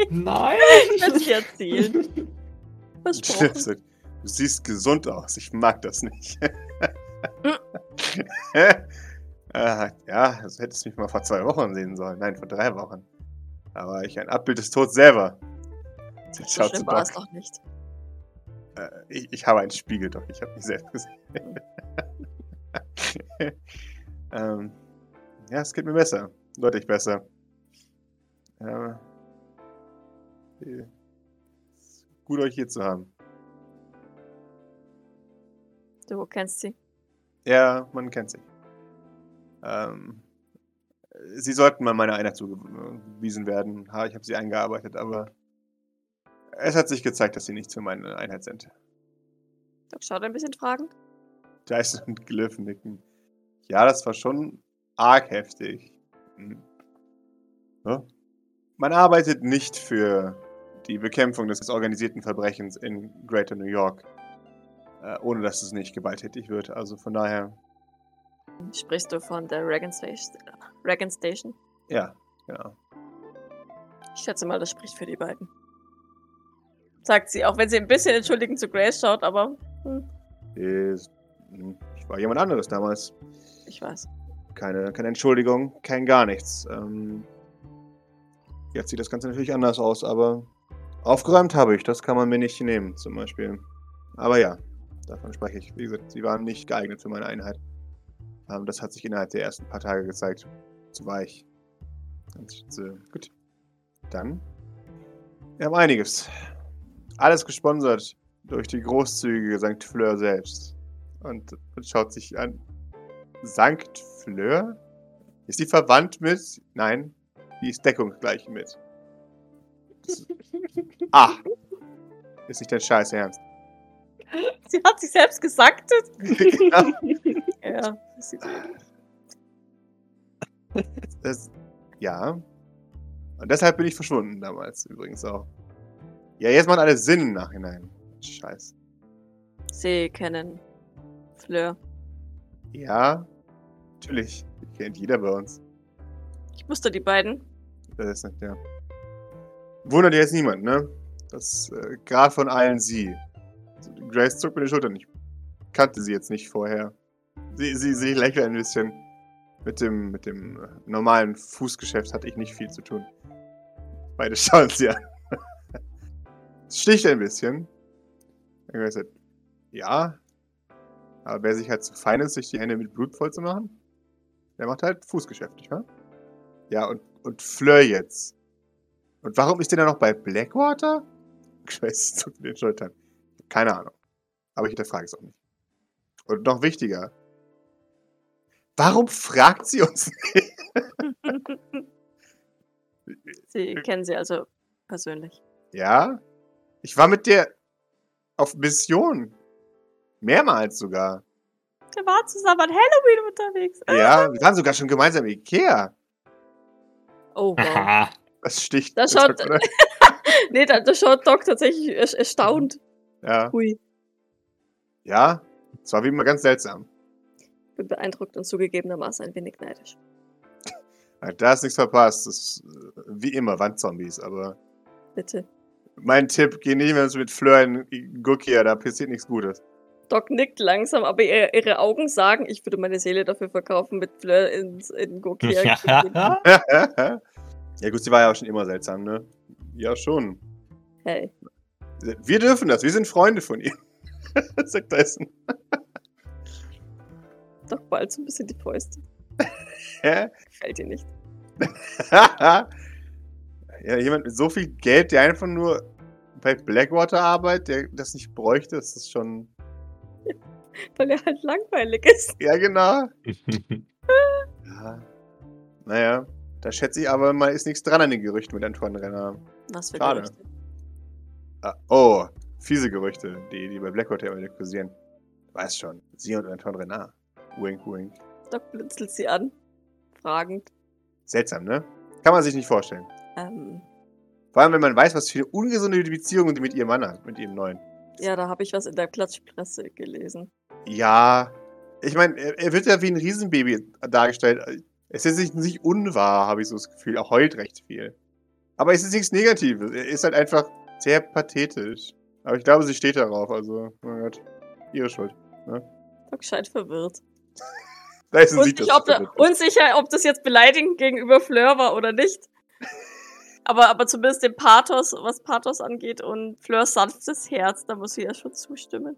Nein! zurück. Das ist erzählen. Schliff Versprochen. sagt, du siehst gesund aus. Ich mag das nicht. ah, ja, also hättest du mich mal vor zwei Wochen sehen sollen. Nein, vor drei Wochen. Aber ich ein Abbild des Todes selber. Jetzt So schaut zu schlimm war Doc. es doch nicht. Äh, ich, ich habe einen Spiegel, doch ich habe mich selbst gesehen. ähm, ja, es geht mir besser. Deutlich besser. Ja. Äh, ist gut, euch hier zu haben. Du kennst sie. Ja, man kennt sich. Ähm, sie sollten mal meiner Einheit zugewiesen werden. Ha, ich habe sie eingearbeitet, aber es hat sich gezeigt, dass sie nichts für meine Einheit sind. Doc schaut ein bisschen fragend. Dyson und Glyph nicken. Ja, das war schon arg heftig. Hm. Ja. Man arbeitet nicht für die Bekämpfung des organisierten Verbrechens in Greater New York. Äh, ohne dass es nicht gewalttätig wird. Also von daher, Sprichst du von der Reagan Station? Reagan Station? ja, genau. Ich schätze mal, das spricht für die beiden. hm, Sagt sie, auch wenn sie ein bisschen entschuldigend zu Grace schaut, aber Ist Hm, Ich war jemand anderes damals. Ich weiß. Keine, keine Entschuldigung, kein gar nichts. Ähm, jetzt sieht das Ganze natürlich anders aus, aber aufgeräumt habe ich. Das kann man mir nicht nehmen, zum Beispiel. Aber ja, davon spreche ich. Wie gesagt, sie waren nicht geeignet für meine Einheit. Ähm, das hat sich innerhalb der ersten paar Tage gezeigt. Zu weich. Und, äh, gut. Dann. Wir haben einiges. Alles gesponsert durch die großzügige St. Fleur selbst. Und, und schaut sich an. St. Fleur? Ist die verwandt mit? Nein, die ist deckungsgleich mit. Das- Ah! Ist nicht dein Scheiß Ernst. Sie hat sich selbst gesaktet. Genau. Ja. das, ja. Und deshalb bin ich verschwunden damals übrigens auch. Ja, jetzt macht alles Sinn im Nachhinein. Scheiß. Sie kennen Fleur. Ja, natürlich. Die kennt jeder bei uns. Ich musste die beiden. Das ist nicht, ja. Wundert jetzt niemand, ne? Das, äh, gerade von allen sie. Grace zuckt mit den Schultern. Ich kannte sie jetzt nicht vorher. Sie, sie, sie lächelt ein bisschen. Mit dem, mit dem äh, normalen Fußgeschäft hatte ich nicht viel zu tun. Beide schauen sie an. Es Sticht ein bisschen. Dann Grace sagt, ja. Aber wer sich halt zu fein ist, sich die Hände mit Blut voll zu machen, der macht halt Fußgeschäft, nicht wahr? Ja, und und Fleur jetzt. Und warum ist der dann noch bei Blackwater? Grace zuckt mit den Schultern. Keine Ahnung. Aber ich hinterfrage es auch nicht. Und noch wichtiger. Warum fragt sie uns nicht? Sie kennen sie also persönlich. Ja? Ich war mit der auf Mission. Mehrmals sogar. Wir waren zusammen an Halloween unterwegs. Ja, wir waren sogar schon gemeinsam in Ikea. Oh, wow. Aha. Das sticht. Das schaut- oder? nee, da, da schaut Doc tatsächlich er- erstaunt. Ja. Hui. Ja. Es war wie immer ganz seltsam. Bin beeindruckt und zugegebenermaßen ein wenig neidisch. Da ist nichts verpasst. Das ist äh, wie immer Wandzombies, aber. Bitte. Mein Tipp, geh nicht mehr mit Fleur in Gukia, da passiert nichts Gutes. Doc nickt langsam, aber ihr, ihre Augen sagen, ich würde meine Seele dafür verkaufen, mit Fleur ins, in Gokia zu gehen. ja gut, sie war ja auch schon immer seltsam, ne? Ja, schon. Hey. Wir dürfen das, wir sind Freunde von ihr. Sagt Dyson. Doc ballt so ein bisschen die Fäuste. Hä? Gefällt ihr nicht. ja, jemand mit so viel Geld, der einfach nur bei Blackwater arbeitet, der das nicht bräuchte, das ist schon. Weil er halt langweilig ist. Ja, genau. Ja. Naja, da schätze ich aber mal, ist nichts dran an den Gerüchten mit Antoine Renner. Was für Schade. Gerüchte. Ah, oh, fiese Gerüchte, die, die bei Blackwater immer wieder kursieren. Weiß schon, sie und Antoine Renard. Wink, wink. Doc blinzelt sie an. Fragend. Seltsam, ne? Kann man sich nicht vorstellen. Ähm, Vor allem, wenn man weiß, was für eine ungesunde Beziehung sie mit ihrem Mann hat, mit ihrem neuen. ja, da habe ich was in der Klatschpresse gelesen. Ja, ich meine, er, er wird ja wie ein Riesenbaby dargestellt. Es ist nicht, nicht unwahr, habe ich so das Gefühl. Er heult recht viel. Aber es ist nichts Negatives. Er ist halt einfach sehr pathetisch. Aber ich glaube, sie steht darauf. Also, mein Gott, ihre Schuld. Doc scheint verwirrt. Da ist Unsicher ob, da, unsicher, ob das jetzt beleidigend gegenüber Fleur war oder nicht. Aber, aber zumindest den Pathos, was Pathos angeht und Fleurs sanftes Herz, da muss sie ja schon zustimmen.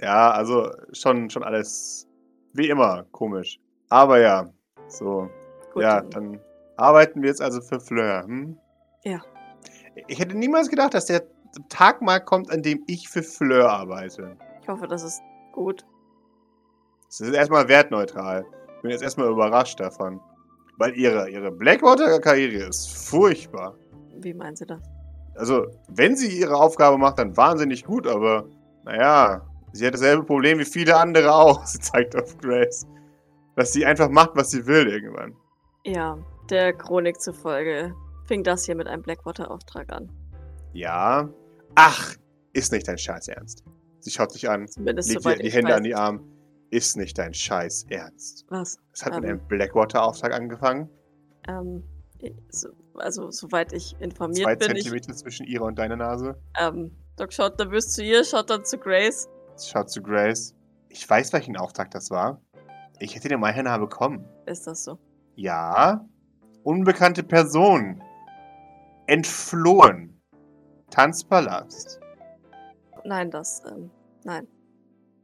Ja, also schon, schon alles wie immer komisch. Aber ja, so. Gut, ja, dann- dann arbeiten wir jetzt also für Fleur. Hm? Ja. Ich hätte niemals gedacht, dass der Tag mal kommt, an dem ich für Fleur arbeite. ich hoffe, das ist gut. Das ist erstmal wertneutral. Ich bin jetzt erstmal überrascht davon. Weil ihre, ihre Blackwater-Karriere ist furchtbar. Wie meinen Sie das? Also, wenn sie ihre Aufgabe macht, dann wahnsinnig gut, aber naja, sie hat dasselbe Problem wie viele andere auch. Sie zeigt auf Grace. Dass sie einfach macht, was sie will irgendwann. Ja, der Chronik zufolge fing das hier mit einem Blackwater-Auftrag an. Ja. Ach, ist nicht dein Scheiß Ernst. Sie schaut sich an, Zumindest legt ihr soweit die ich Hände weiß. an die Arme. Ist nicht dein Scheiß Ernst. Was? Es hat mit Ähm. einem Blackwater-Auftrag angefangen. Ähm, ich- so, also, soweit ich informiert Zwei bin, ich, Zentimeter zwischen ihrer und deiner Nase. ähm, Doc schaut nervös zu ihr, schaut dann zu Grace. schaut zu Grace. Ich weiß, welchen Auftrag das war. Ich hätte den Maihenhaar bekommen. Ist das so? Ja. Unbekannte Person. Entflohen. Tanzpalast. Nein, das, ähm, nein.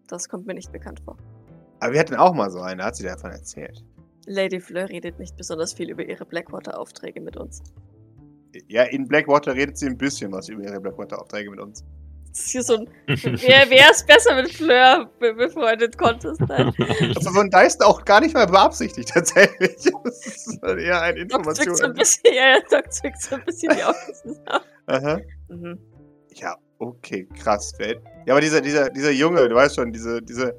Das kommt mir nicht bekannt vor. Aber wir hatten auch mal so einen, da hat sie davon erzählt. Lady Fleur redet nicht besonders viel über ihre Blackwater-Aufträge mit uns. Ja, in Blackwater redet sie ein bisschen was über ihre Blackwater-Aufträge mit uns. Das ist hier so ein. wer, wer ist besser mit Fleur be befreundet, konnte es sein? Das war so ein Dice auch gar nicht mal beabsichtigt, tatsächlich. Das ist halt eher eine Doc zwickt Information. so ein bisschen, ja, ja, Doc zwickt so ein bisschen die Augen zusammen. Aha. Mhm. Ja, okay, krass, Welt. Ja, aber dieser, dieser, dieser Junge, du weißt schon, diese, diese, äh,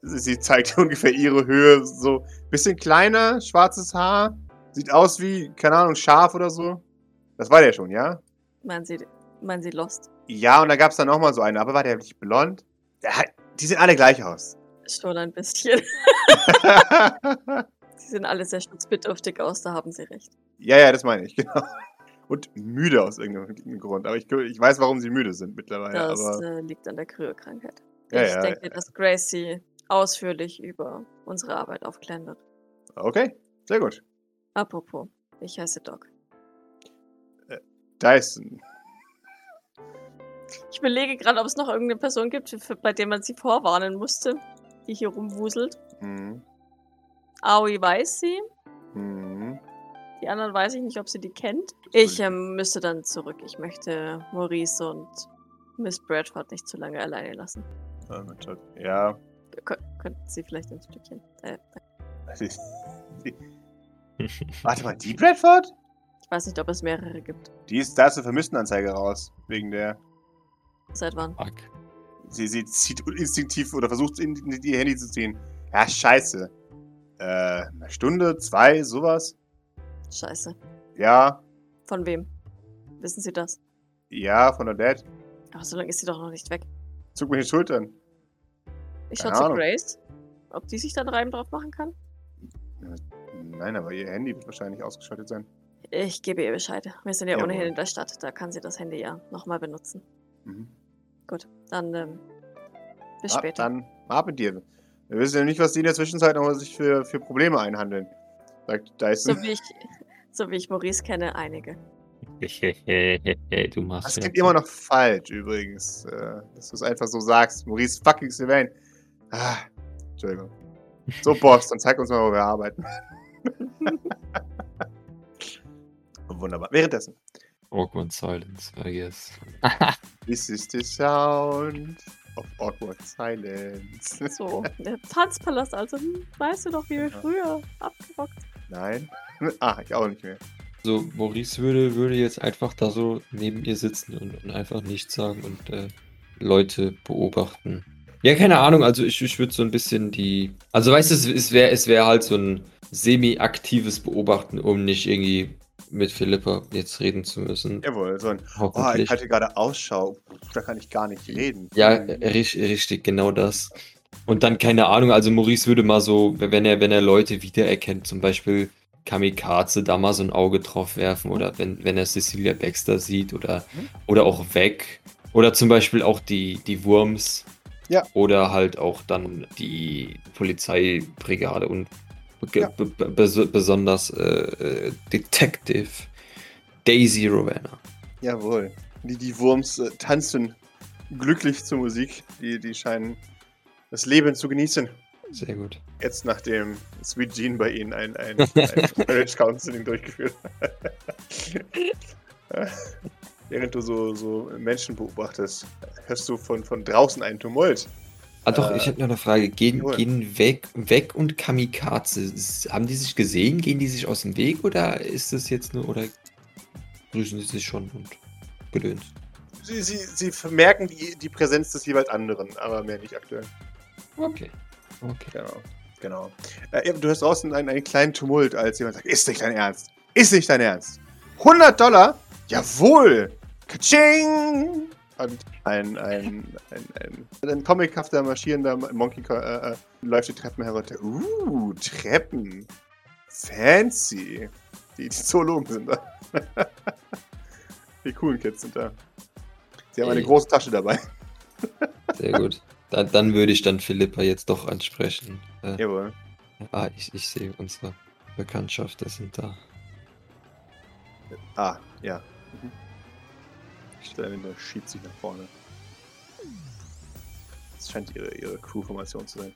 sie sie zeigt ungefähr ihre Höhe, so bisschen kleiner, schwarzes Haar, sieht aus wie, keine Ahnung, Schaf oder so. Das war der schon, ja? Man sieht, man sieht Lost. Ja, und da gab's dann auch mal so einen, aber war der nicht blond? Der hat- Die sehen alle gleich aus. Schon ein bisschen. Sie sehen alle sehr schutzbedürftig aus, da haben sie recht. Ja, ja, das meine ich, genau. Und müde aus irgendeinem Grund. Aber ich, ich weiß, warum sie müde sind mittlerweile. Das aber äh, liegt an der Kryokrankheit. Ja, ich ja, denke, dass Gracie ausführlich über unsere Arbeit aufklären wird. okay, sehr gut. Apropos, ich heiße Doc. Dyson. Ich überlege gerade, ob es noch irgendeine Person gibt, für, bei der man sie vorwarnen musste, die hier rumwuselt. Mhm. Aoi weiß sie. Mhm. Die anderen weiß ich nicht, ob sie die kennt. Ich ähm, müsste dann zurück. Ich möchte Maurice und Miss Bradford nicht zu lange alleine lassen. Ja, Kö- Könnten sie vielleicht ein Stückchen. Äh, also Warte mal, die Bradford? ich weiß nicht, ob es mehrere gibt. Die ist da zur Vermisstenanzeige raus. Wegen der. Seit wann? Fuck. Sie, sie zieht instinktiv oder versucht, in, in ihr Handy zu ziehen. Ja, scheiße. Äh, eine Stunde, zwei, sowas. Scheiße. Ja, Von wem? Wissen Sie das? ja, von der Dad. Aber so lange ist sie doch noch nicht weg. Zuck mir die Schultern. Ich schaue Keine zu Ahnung. Grace, ob die sich dann Reim drauf machen kann. Nein, aber ihr Handy wird wahrscheinlich ausgeschaltet sein. Ich gebe ihr Bescheid. Wir sind ja Jawohl. ohnehin in der Stadt. Da kann sie das Handy ja nochmal benutzen. Mhm. Gut, dann ähm, bis Ah, später. Dann ab mit dir. Wir wissen ja nicht, was die in der Zwischenzeit noch sich für, für Probleme einhandeln. Sagt Dyson. So wie, ich, so wie ich Maurice kenne, einige. du machst Das ja- klingt immer noch falsch, übrigens. Äh, dass du es einfach so sagst. Maurice fucking Sylvain. Ah, Entschuldigung. So, Boss, dann zeig uns mal, wo wir arbeiten. Wunderbar. Währenddessen. Awkward silence, I guess. This is the sound of awkward silence. So, der Tanzpalast also. Hm, weißt du doch, wie wir Ja. früher abgerockt Nein. Ah, ich auch nicht mehr. So, Maurice würde, würde jetzt einfach da so neben ihr sitzen und, und einfach nichts sagen und äh, Leute beobachten. Ja, keine Ahnung, also ich, ich würde so ein bisschen die. Also weißt du, es, es wäre es wär halt so ein semi-aktives Beobachten, um nicht irgendwie mit Philippa jetzt reden zu müssen. Jawohl, so ein. Oh, ich hoffentlich. hatte gerade Ausschau. Da kann ich gar nicht reden. Hm. Ja, richtig, richtig, genau das. Und dann, keine Ahnung, also Maurice würde mal so, wenn er, wenn er Leute wiedererkennt, zum Beispiel Kamikaze, da mal so ein Auge drauf werfen oder wenn, wenn er Cecilia Baxter sieht oder, Mhm. oder auch weg. Oder zum Beispiel auch die, die Wurms. Ja. Oder halt auch dann die Polizeibrigade und be- Ja. be- be- bes- besonders äh, äh, Detective Daisy Rowena. Jawohl. Die, die Wurms äh, tanzen glücklich zur Musik. Die, die scheinen das Leben zu genießen. Sehr gut. Jetzt nachdem Sweet Jean bei ihnen ein, ein, ein Marriage Counseling durchgeführt hat. Während du so, so Menschen beobachtest, hörst du von, von draußen einen Tumult. Ah doch, Äh, ich hätte noch eine Frage. Gehen, jawohl. gehen weg, weg und Kamikaze. s- Haben die sich gesehen? Gehen die sich aus dem Weg oder ist das jetzt nur oder grüßen sie sich schon und gedöns? Sie, sie, sie vermerken die, die Präsenz des jeweils anderen, aber mehr nicht aktuell. Okay. Okay. Genau. genau. Äh, eben, du hörst draußen einen, einen kleinen Tumult, als jemand sagt, ist nicht dein Ernst. Ist nicht dein Ernst. 100 Dollar? Jawohl. Kaching! Und ein, ein, ein, ein, ein comichafter, marschierender Monkey äh, äh, läuft die Treppen herunter. Uh, Treppen. Fancy. Die, die Zoologen sind da. die coolen Kids sind da. Sie haben eine Ey. große Tasche dabei. Sehr gut. Dann, dann würde ich dann Philippa jetzt doch ansprechen. Äh, Jawohl. Ah, ich, ich sehe unsere Bekanntschaften sind da. Ah, ja. Mhm. Stelle schiebt sich nach vorne. Das scheint ihre, ihre Crew-Formation zu sein.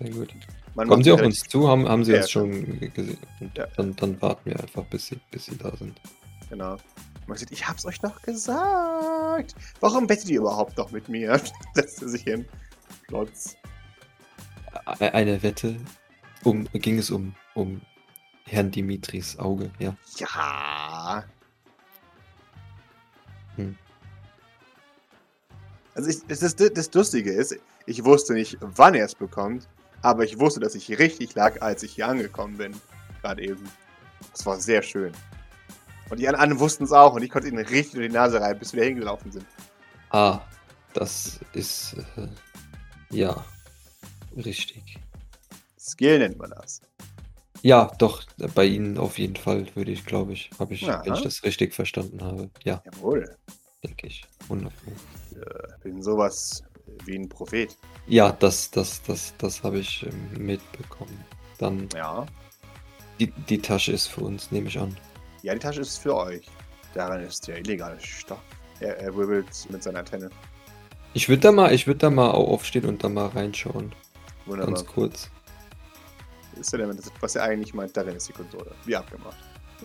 Sehr gut. Man Kommen macht sie auf direkt- uns zu? Haben, haben sie Ja, uns ja. schon ge- gesehen? Und Ja. Dann, dann warten wir einfach, bis sie, bis sie da sind. Genau. Man sieht, ich hab's euch doch gesagt. Warum bettet ihr überhaupt noch mit mir? Setzt er sich hin. Plotz. E- Eine Wette. Um, ging es um, um Herrn Dimitris Auge, ja. Ja. Hm. Also ich, das, ist, das Lustige ist, ich wusste nicht, wann er es bekommt, aber ich wusste, dass ich richtig lag, als ich hier angekommen bin. Gerade eben. Das war sehr schön. Und die anderen wussten es auch und ich konnte ihnen richtig in die Nase reiben, bis wir da hingelaufen sind. Ah, das ist. Äh, ja. Richtig. Skill nennt man das. Ja, doch, bei Ihnen auf jeden Fall, würde ich, glaube ich, habe ich, Ja. wenn ich das richtig verstanden habe. Ja, Jawohl. denke ich. Wunderbar. Ich bin sowas wie ein Prophet. Ja, das, das, das, das habe ich ähm, mitbekommen. Dann, Ja. die, die Tasche ist für uns, nehme ich an. Ja, die Tasche ist für euch. Daran ist der illegale Stoff. Er, er wirbelt mit seiner Antenne. Ich würde da mal, ich würde da mal au- aufstehen und da mal reinschauen. Wunderbar. Ganz kurz. Ist er denn, was er eigentlich meint, darin ist die Konsole. Wie abgemacht.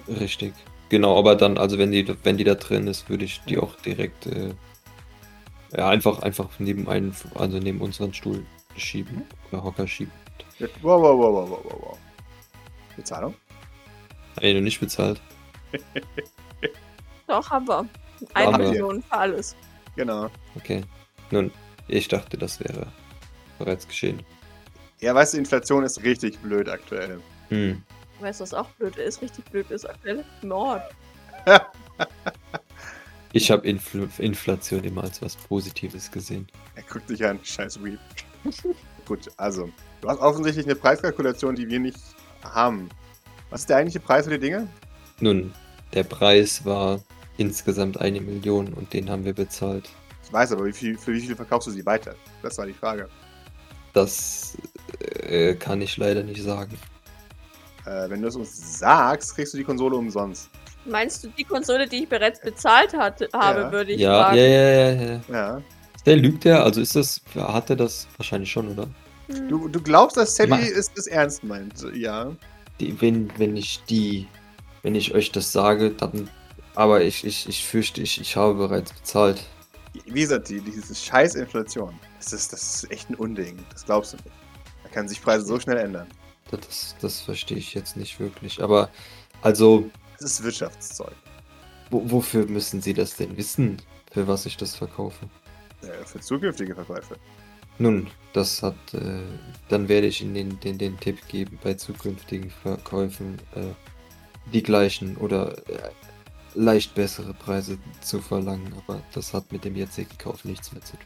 Richtig. Genau, aber dann, also wenn die, wenn die da drin ist, würde ich die auch direkt, äh, ja, einfach, einfach neben einen, also neben unseren Stuhl schieben oder Hocker schieben. Wow, wow, wow, wow, wow, wow, wow. Bezahlung? Ey, noch nicht bezahlt. Doch, haben wir. Haben Eine wir. Million für alles. Genau. Okay. Nun, ich dachte, das wäre bereits geschehen. Ja, weißt du, Inflation ist richtig blöd aktuell. Hm. Weißt du, was auch blöd ist? Richtig blöd ist aktuell? Nord. Ich habe Infl Inflation immer als was Positives gesehen. Er guckt dich an, scheiß Weep. Gut, also, du hast offensichtlich eine Preiskalkulation, die wir nicht haben. Was ist der eigentliche Preis für die Dinge? Nun, der Preis war insgesamt eine Million und den haben wir bezahlt. Ich weiß aber, wie viel, für wie viel verkaufst du sie weiter? Das war die Frage. Das äh, kann ich leider nicht sagen. Äh, wenn du es uns sagst, kriegst du die Konsole umsonst. Meinst du, die Konsole, die ich bereits bezahlt hatte, habe, würde ich Ja, fragen? ja, ja, ja, ja. Ja. Der lügt ja, also ist das, hat er das wahrscheinlich schon, oder? Hm. Du, du glaubst, dass Ma- Sally es, es ernst meint, ja. Die, wenn, wenn ich die, wenn ich euch das sage, dann, aber ich, ich, ich fürchte, ich, ich habe bereits bezahlt. Wie gesagt, die, diese scheiß Inflation, das ist, das ist echt ein Unding. Das glaubst du nicht. Da kann sich Preise so schnell ändern. Das, das verstehe ich jetzt nicht wirklich. Aber also, Das ist Wirtschaftszeug. wo, wofür müssen Sie das denn wissen, für was ich das verkaufe? Äh, für zukünftige Verkäufe. Nun, das hat, äh, dann werde ich Ihnen den, den, den Tipp geben, bei zukünftigen Verkäufen äh, die gleichen oder äh, leicht bessere Preise zu verlangen. Aber das hat mit dem jetzigen Kauf nichts mehr zu tun.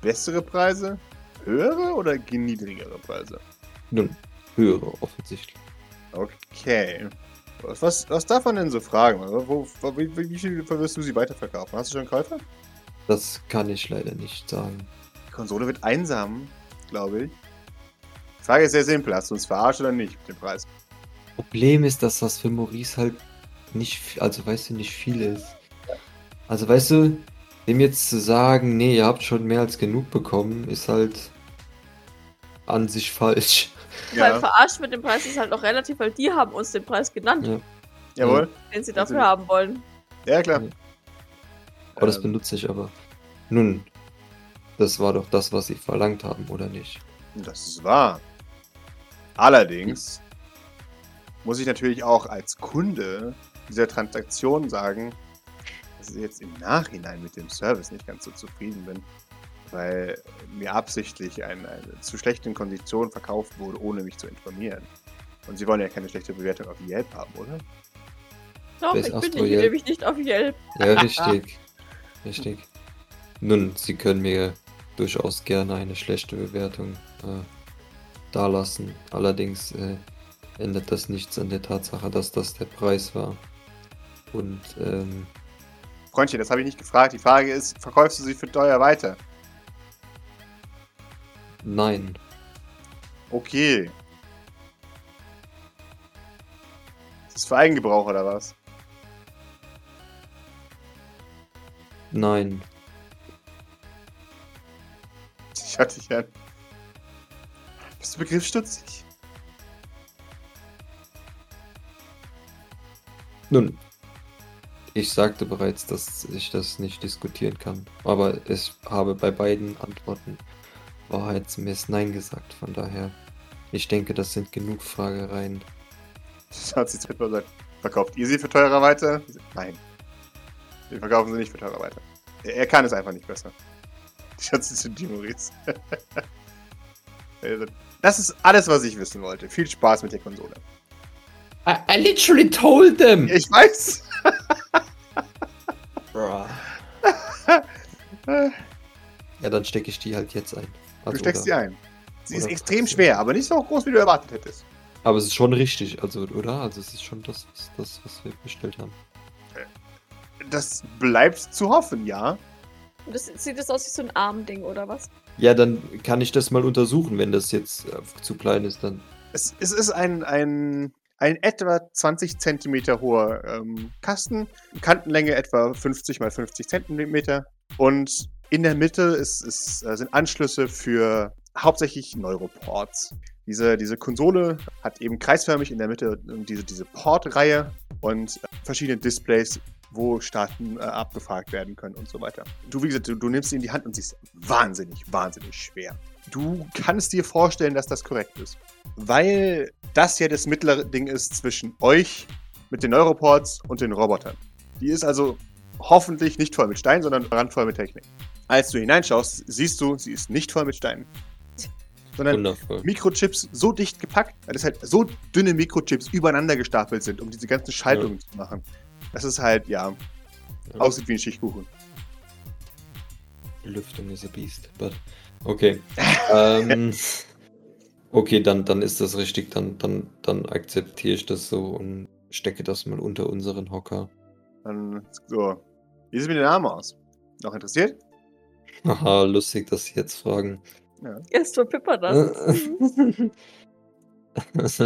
Bessere Preise? Höhere oder niedrigere Preise? Nun, höhere offensichtlich. Okay. Was, was, was darf man denn so fragen? Also, Wo, wo, wie, wie wie viel wirst du sie weiterverkaufen? Hast du schon Käufer? Das kann ich leider nicht sagen. Die Konsole wird einsam, glaube ich. Die Frage ist sehr simpel. Hast du uns verarscht oder nicht mit dem Preis? Problem ist, dass das für Maurice halt nicht, f- also weißt du, nicht viel ist. Also weißt du, dem jetzt zu sagen, nee, ihr habt schon mehr als genug bekommen, ist halt an sich falsch. Weil verarscht mit dem Preis ist halt noch relativ, weil die haben uns den Preis genannt, Ja. Jawohl. den sie Also- dafür haben wollen. Ja, klar. Ja. Aber das Ähm, benutze ich aber. Nun, das war doch das, was sie verlangt haben, oder nicht? Das ist wahr. Allerdings muss ich natürlich auch als Kunde dieser Transaktion sagen, dass ich jetzt im Nachhinein mit dem Service nicht ganz so zufrieden bin, weil mir absichtlich ein, eine zu schlechten Kondition verkauft wurde, ohne mich zu informieren. Und Sie wollen ja keine schlechte Bewertung auf Yelp haben, oder? Doch, Wer ist ich bin Astro nicht, Yelp? nämlich nicht auf Yelp. Ja, richtig. richtig. Nun, sie können mir durchaus gerne eine schlechte Bewertung äh, dalassen. Allerdings äh, ändert das nichts an der Tatsache, dass das der Preis war. Und ähm, Freundchen, das habe ich nicht gefragt. Die Frage ist, verkaufst du sie für teuer weiter? Nein. Okay. Ist das für Eigengebrauch oder was? Nein. Ich hatte dich an. Bist du begriffsstutzig? Nun, ich sagte bereits, dass ich das nicht diskutieren kann. Aber ich habe bei beiden Antworten wahrheitsgemäß Nein gesagt. Von daher, ich denke, das sind genug Fragereien. Schaut sie tritt und sagt, verkauft ihr sie für teurer weiter? Sie sagt, Nein. Wir verkaufen sie nicht für teurer weiter. Er, er kann es einfach nicht besser. Schaut sie zu Dimoris. Er sagt, das ist alles, was ich wissen wollte. Viel Spaß mit der Konsole. I, I literally told them! Ich weiß. Bruh. Äh, Ja, dann stecke ich die halt jetzt ein. Du Also, steckst sie oder- ein. Sie ist oder- extrem schwer, aber nicht so groß, wie du erwartet hättest. Aber es ist schon richtig, also, oder? Also es ist schon das, was- das was wir bestellt haben. Das bleibt zu hoffen, ja. Das, sieht das aus wie so ein Armding oder was? Ja, dann kann ich das mal untersuchen, wenn das jetzt äh, zu klein ist, dann. Es, es ist ein, ein, ein etwa 20 Zentimeter hoher ähm, Kasten, Kantenlänge etwa 50 mal 50 Zentimeter und in der Mitte ist, ist, äh, sind Anschlüsse für hauptsächlich Neuroports. Diese, diese Konsole hat eben kreisförmig in der Mitte ähm, diese, diese Port-Reihe und äh, verschiedene Displays, wo Staaten äh, abgefragt werden können und so weiter. Du, wie gesagt, du, du nimmst sie in die Hand und sie ist wahnsinnig, wahnsinnig schwer. Du kannst dir vorstellen, dass das korrekt ist weil das ja das mittlere Ding ist zwischen euch mit den Neuroports und den Robotern. Die ist also hoffentlich nicht voll mit Steinen, sondern randvoll mit Technik. Als du hineinschaust, siehst du, sie ist nicht voll mit Steinen, sondern Wundervoll. Mikrochips so dicht gepackt, dass halt so dünne Mikrochips übereinander gestapelt sind, um diese ganzen Schaltungen zu machen. Das ist halt, ja, Ja. aussieht wie ein Schichtkuchen. Lüftung is a beast, but okay. ähm, okay, dann, dann ist das richtig, dann, dann, dann akzeptiere ich das so und stecke das mal unter unseren Hocker. Dann, so. Wie sieht mit den Namen aus? Noch interessiert? Haha, lustig, dass Sie jetzt fragen. Erst für Pippa das.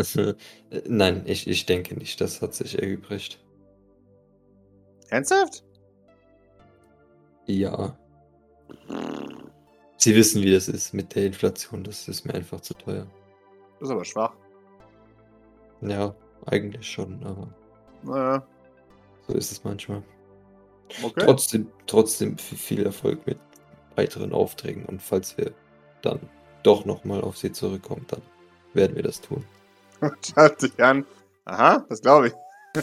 Nein, ich, ich denke nicht, das hat sich erübrigt. Ernsthaft? Ja. Sie wissen, wie das ist mit der Inflation, das ist mir einfach zu teuer. Das ist aber schwach. Ja, eigentlich schon, aber Naja, so ist es manchmal. okay. Trotzdem, trotzdem f- viel Erfolg mit weiteren Aufträgen. Und falls wir dann doch nochmal auf sie zurückkommen, dann werden wir das tun. und schaut dich an. Aha, das glaube ich.